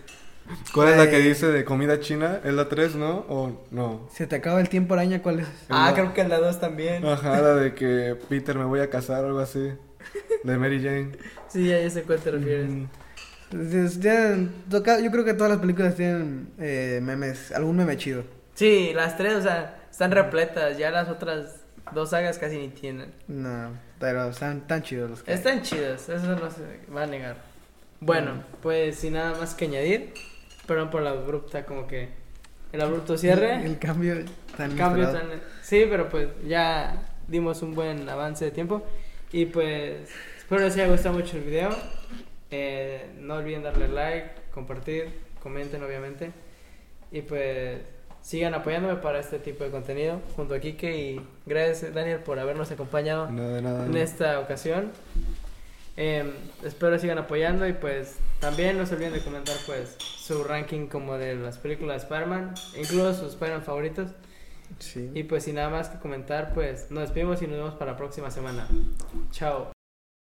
S3: ¿Cuál es la que
S2: Eh,
S3: dice de comida china? ¿Es la 3, no? ¿O no?
S2: Se te acaba el tiempo araña, ¿cuál es?
S1: Ah,
S3: la-
S1: creo que la dos también.
S3: Ajá, la de que Peter me voy a casar o algo así. De Mary Jane.
S1: Sí, ya, ya sé cuál te refieres.
S3: Mm,
S2: Entonces, tienen- toca- yo creo que todas las películas tienen eh, memes, algún meme chido.
S1: Sí, las tres, o sea, están repletas. Ya las otras dos sagas casi ni tienen.
S2: No, pero están tan chidos los que.
S1: Están chidas, eso no se va a negar. Bueno, pues sin nada más que añadir, perdón por la abrupta, como que el abrupto
S2: El,
S1: cierre,
S2: cambio tan
S1: el cambio
S2: inesperado.
S1: tan... Sí, pero pues ya dimos un buen avance de tiempo y pues espero les haya gustado mucho el video. Eh, no olviden darle like, compartir, comenten obviamente y pues sigan apoyándome para este tipo de contenido junto a Kike y gracias Daniel por habernos acompañado
S3: No, de nada.
S1: en esta ocasión. Em, espero sigan apoyando y pues también no se olviden de comentar pues su ranking como de las películas de Spider-Man, incluso sus Spider-Man favoritos.
S2: Sí.
S1: Y pues sin nada más que comentar pues nos despedimos y nos vemos para la próxima semana. Chao.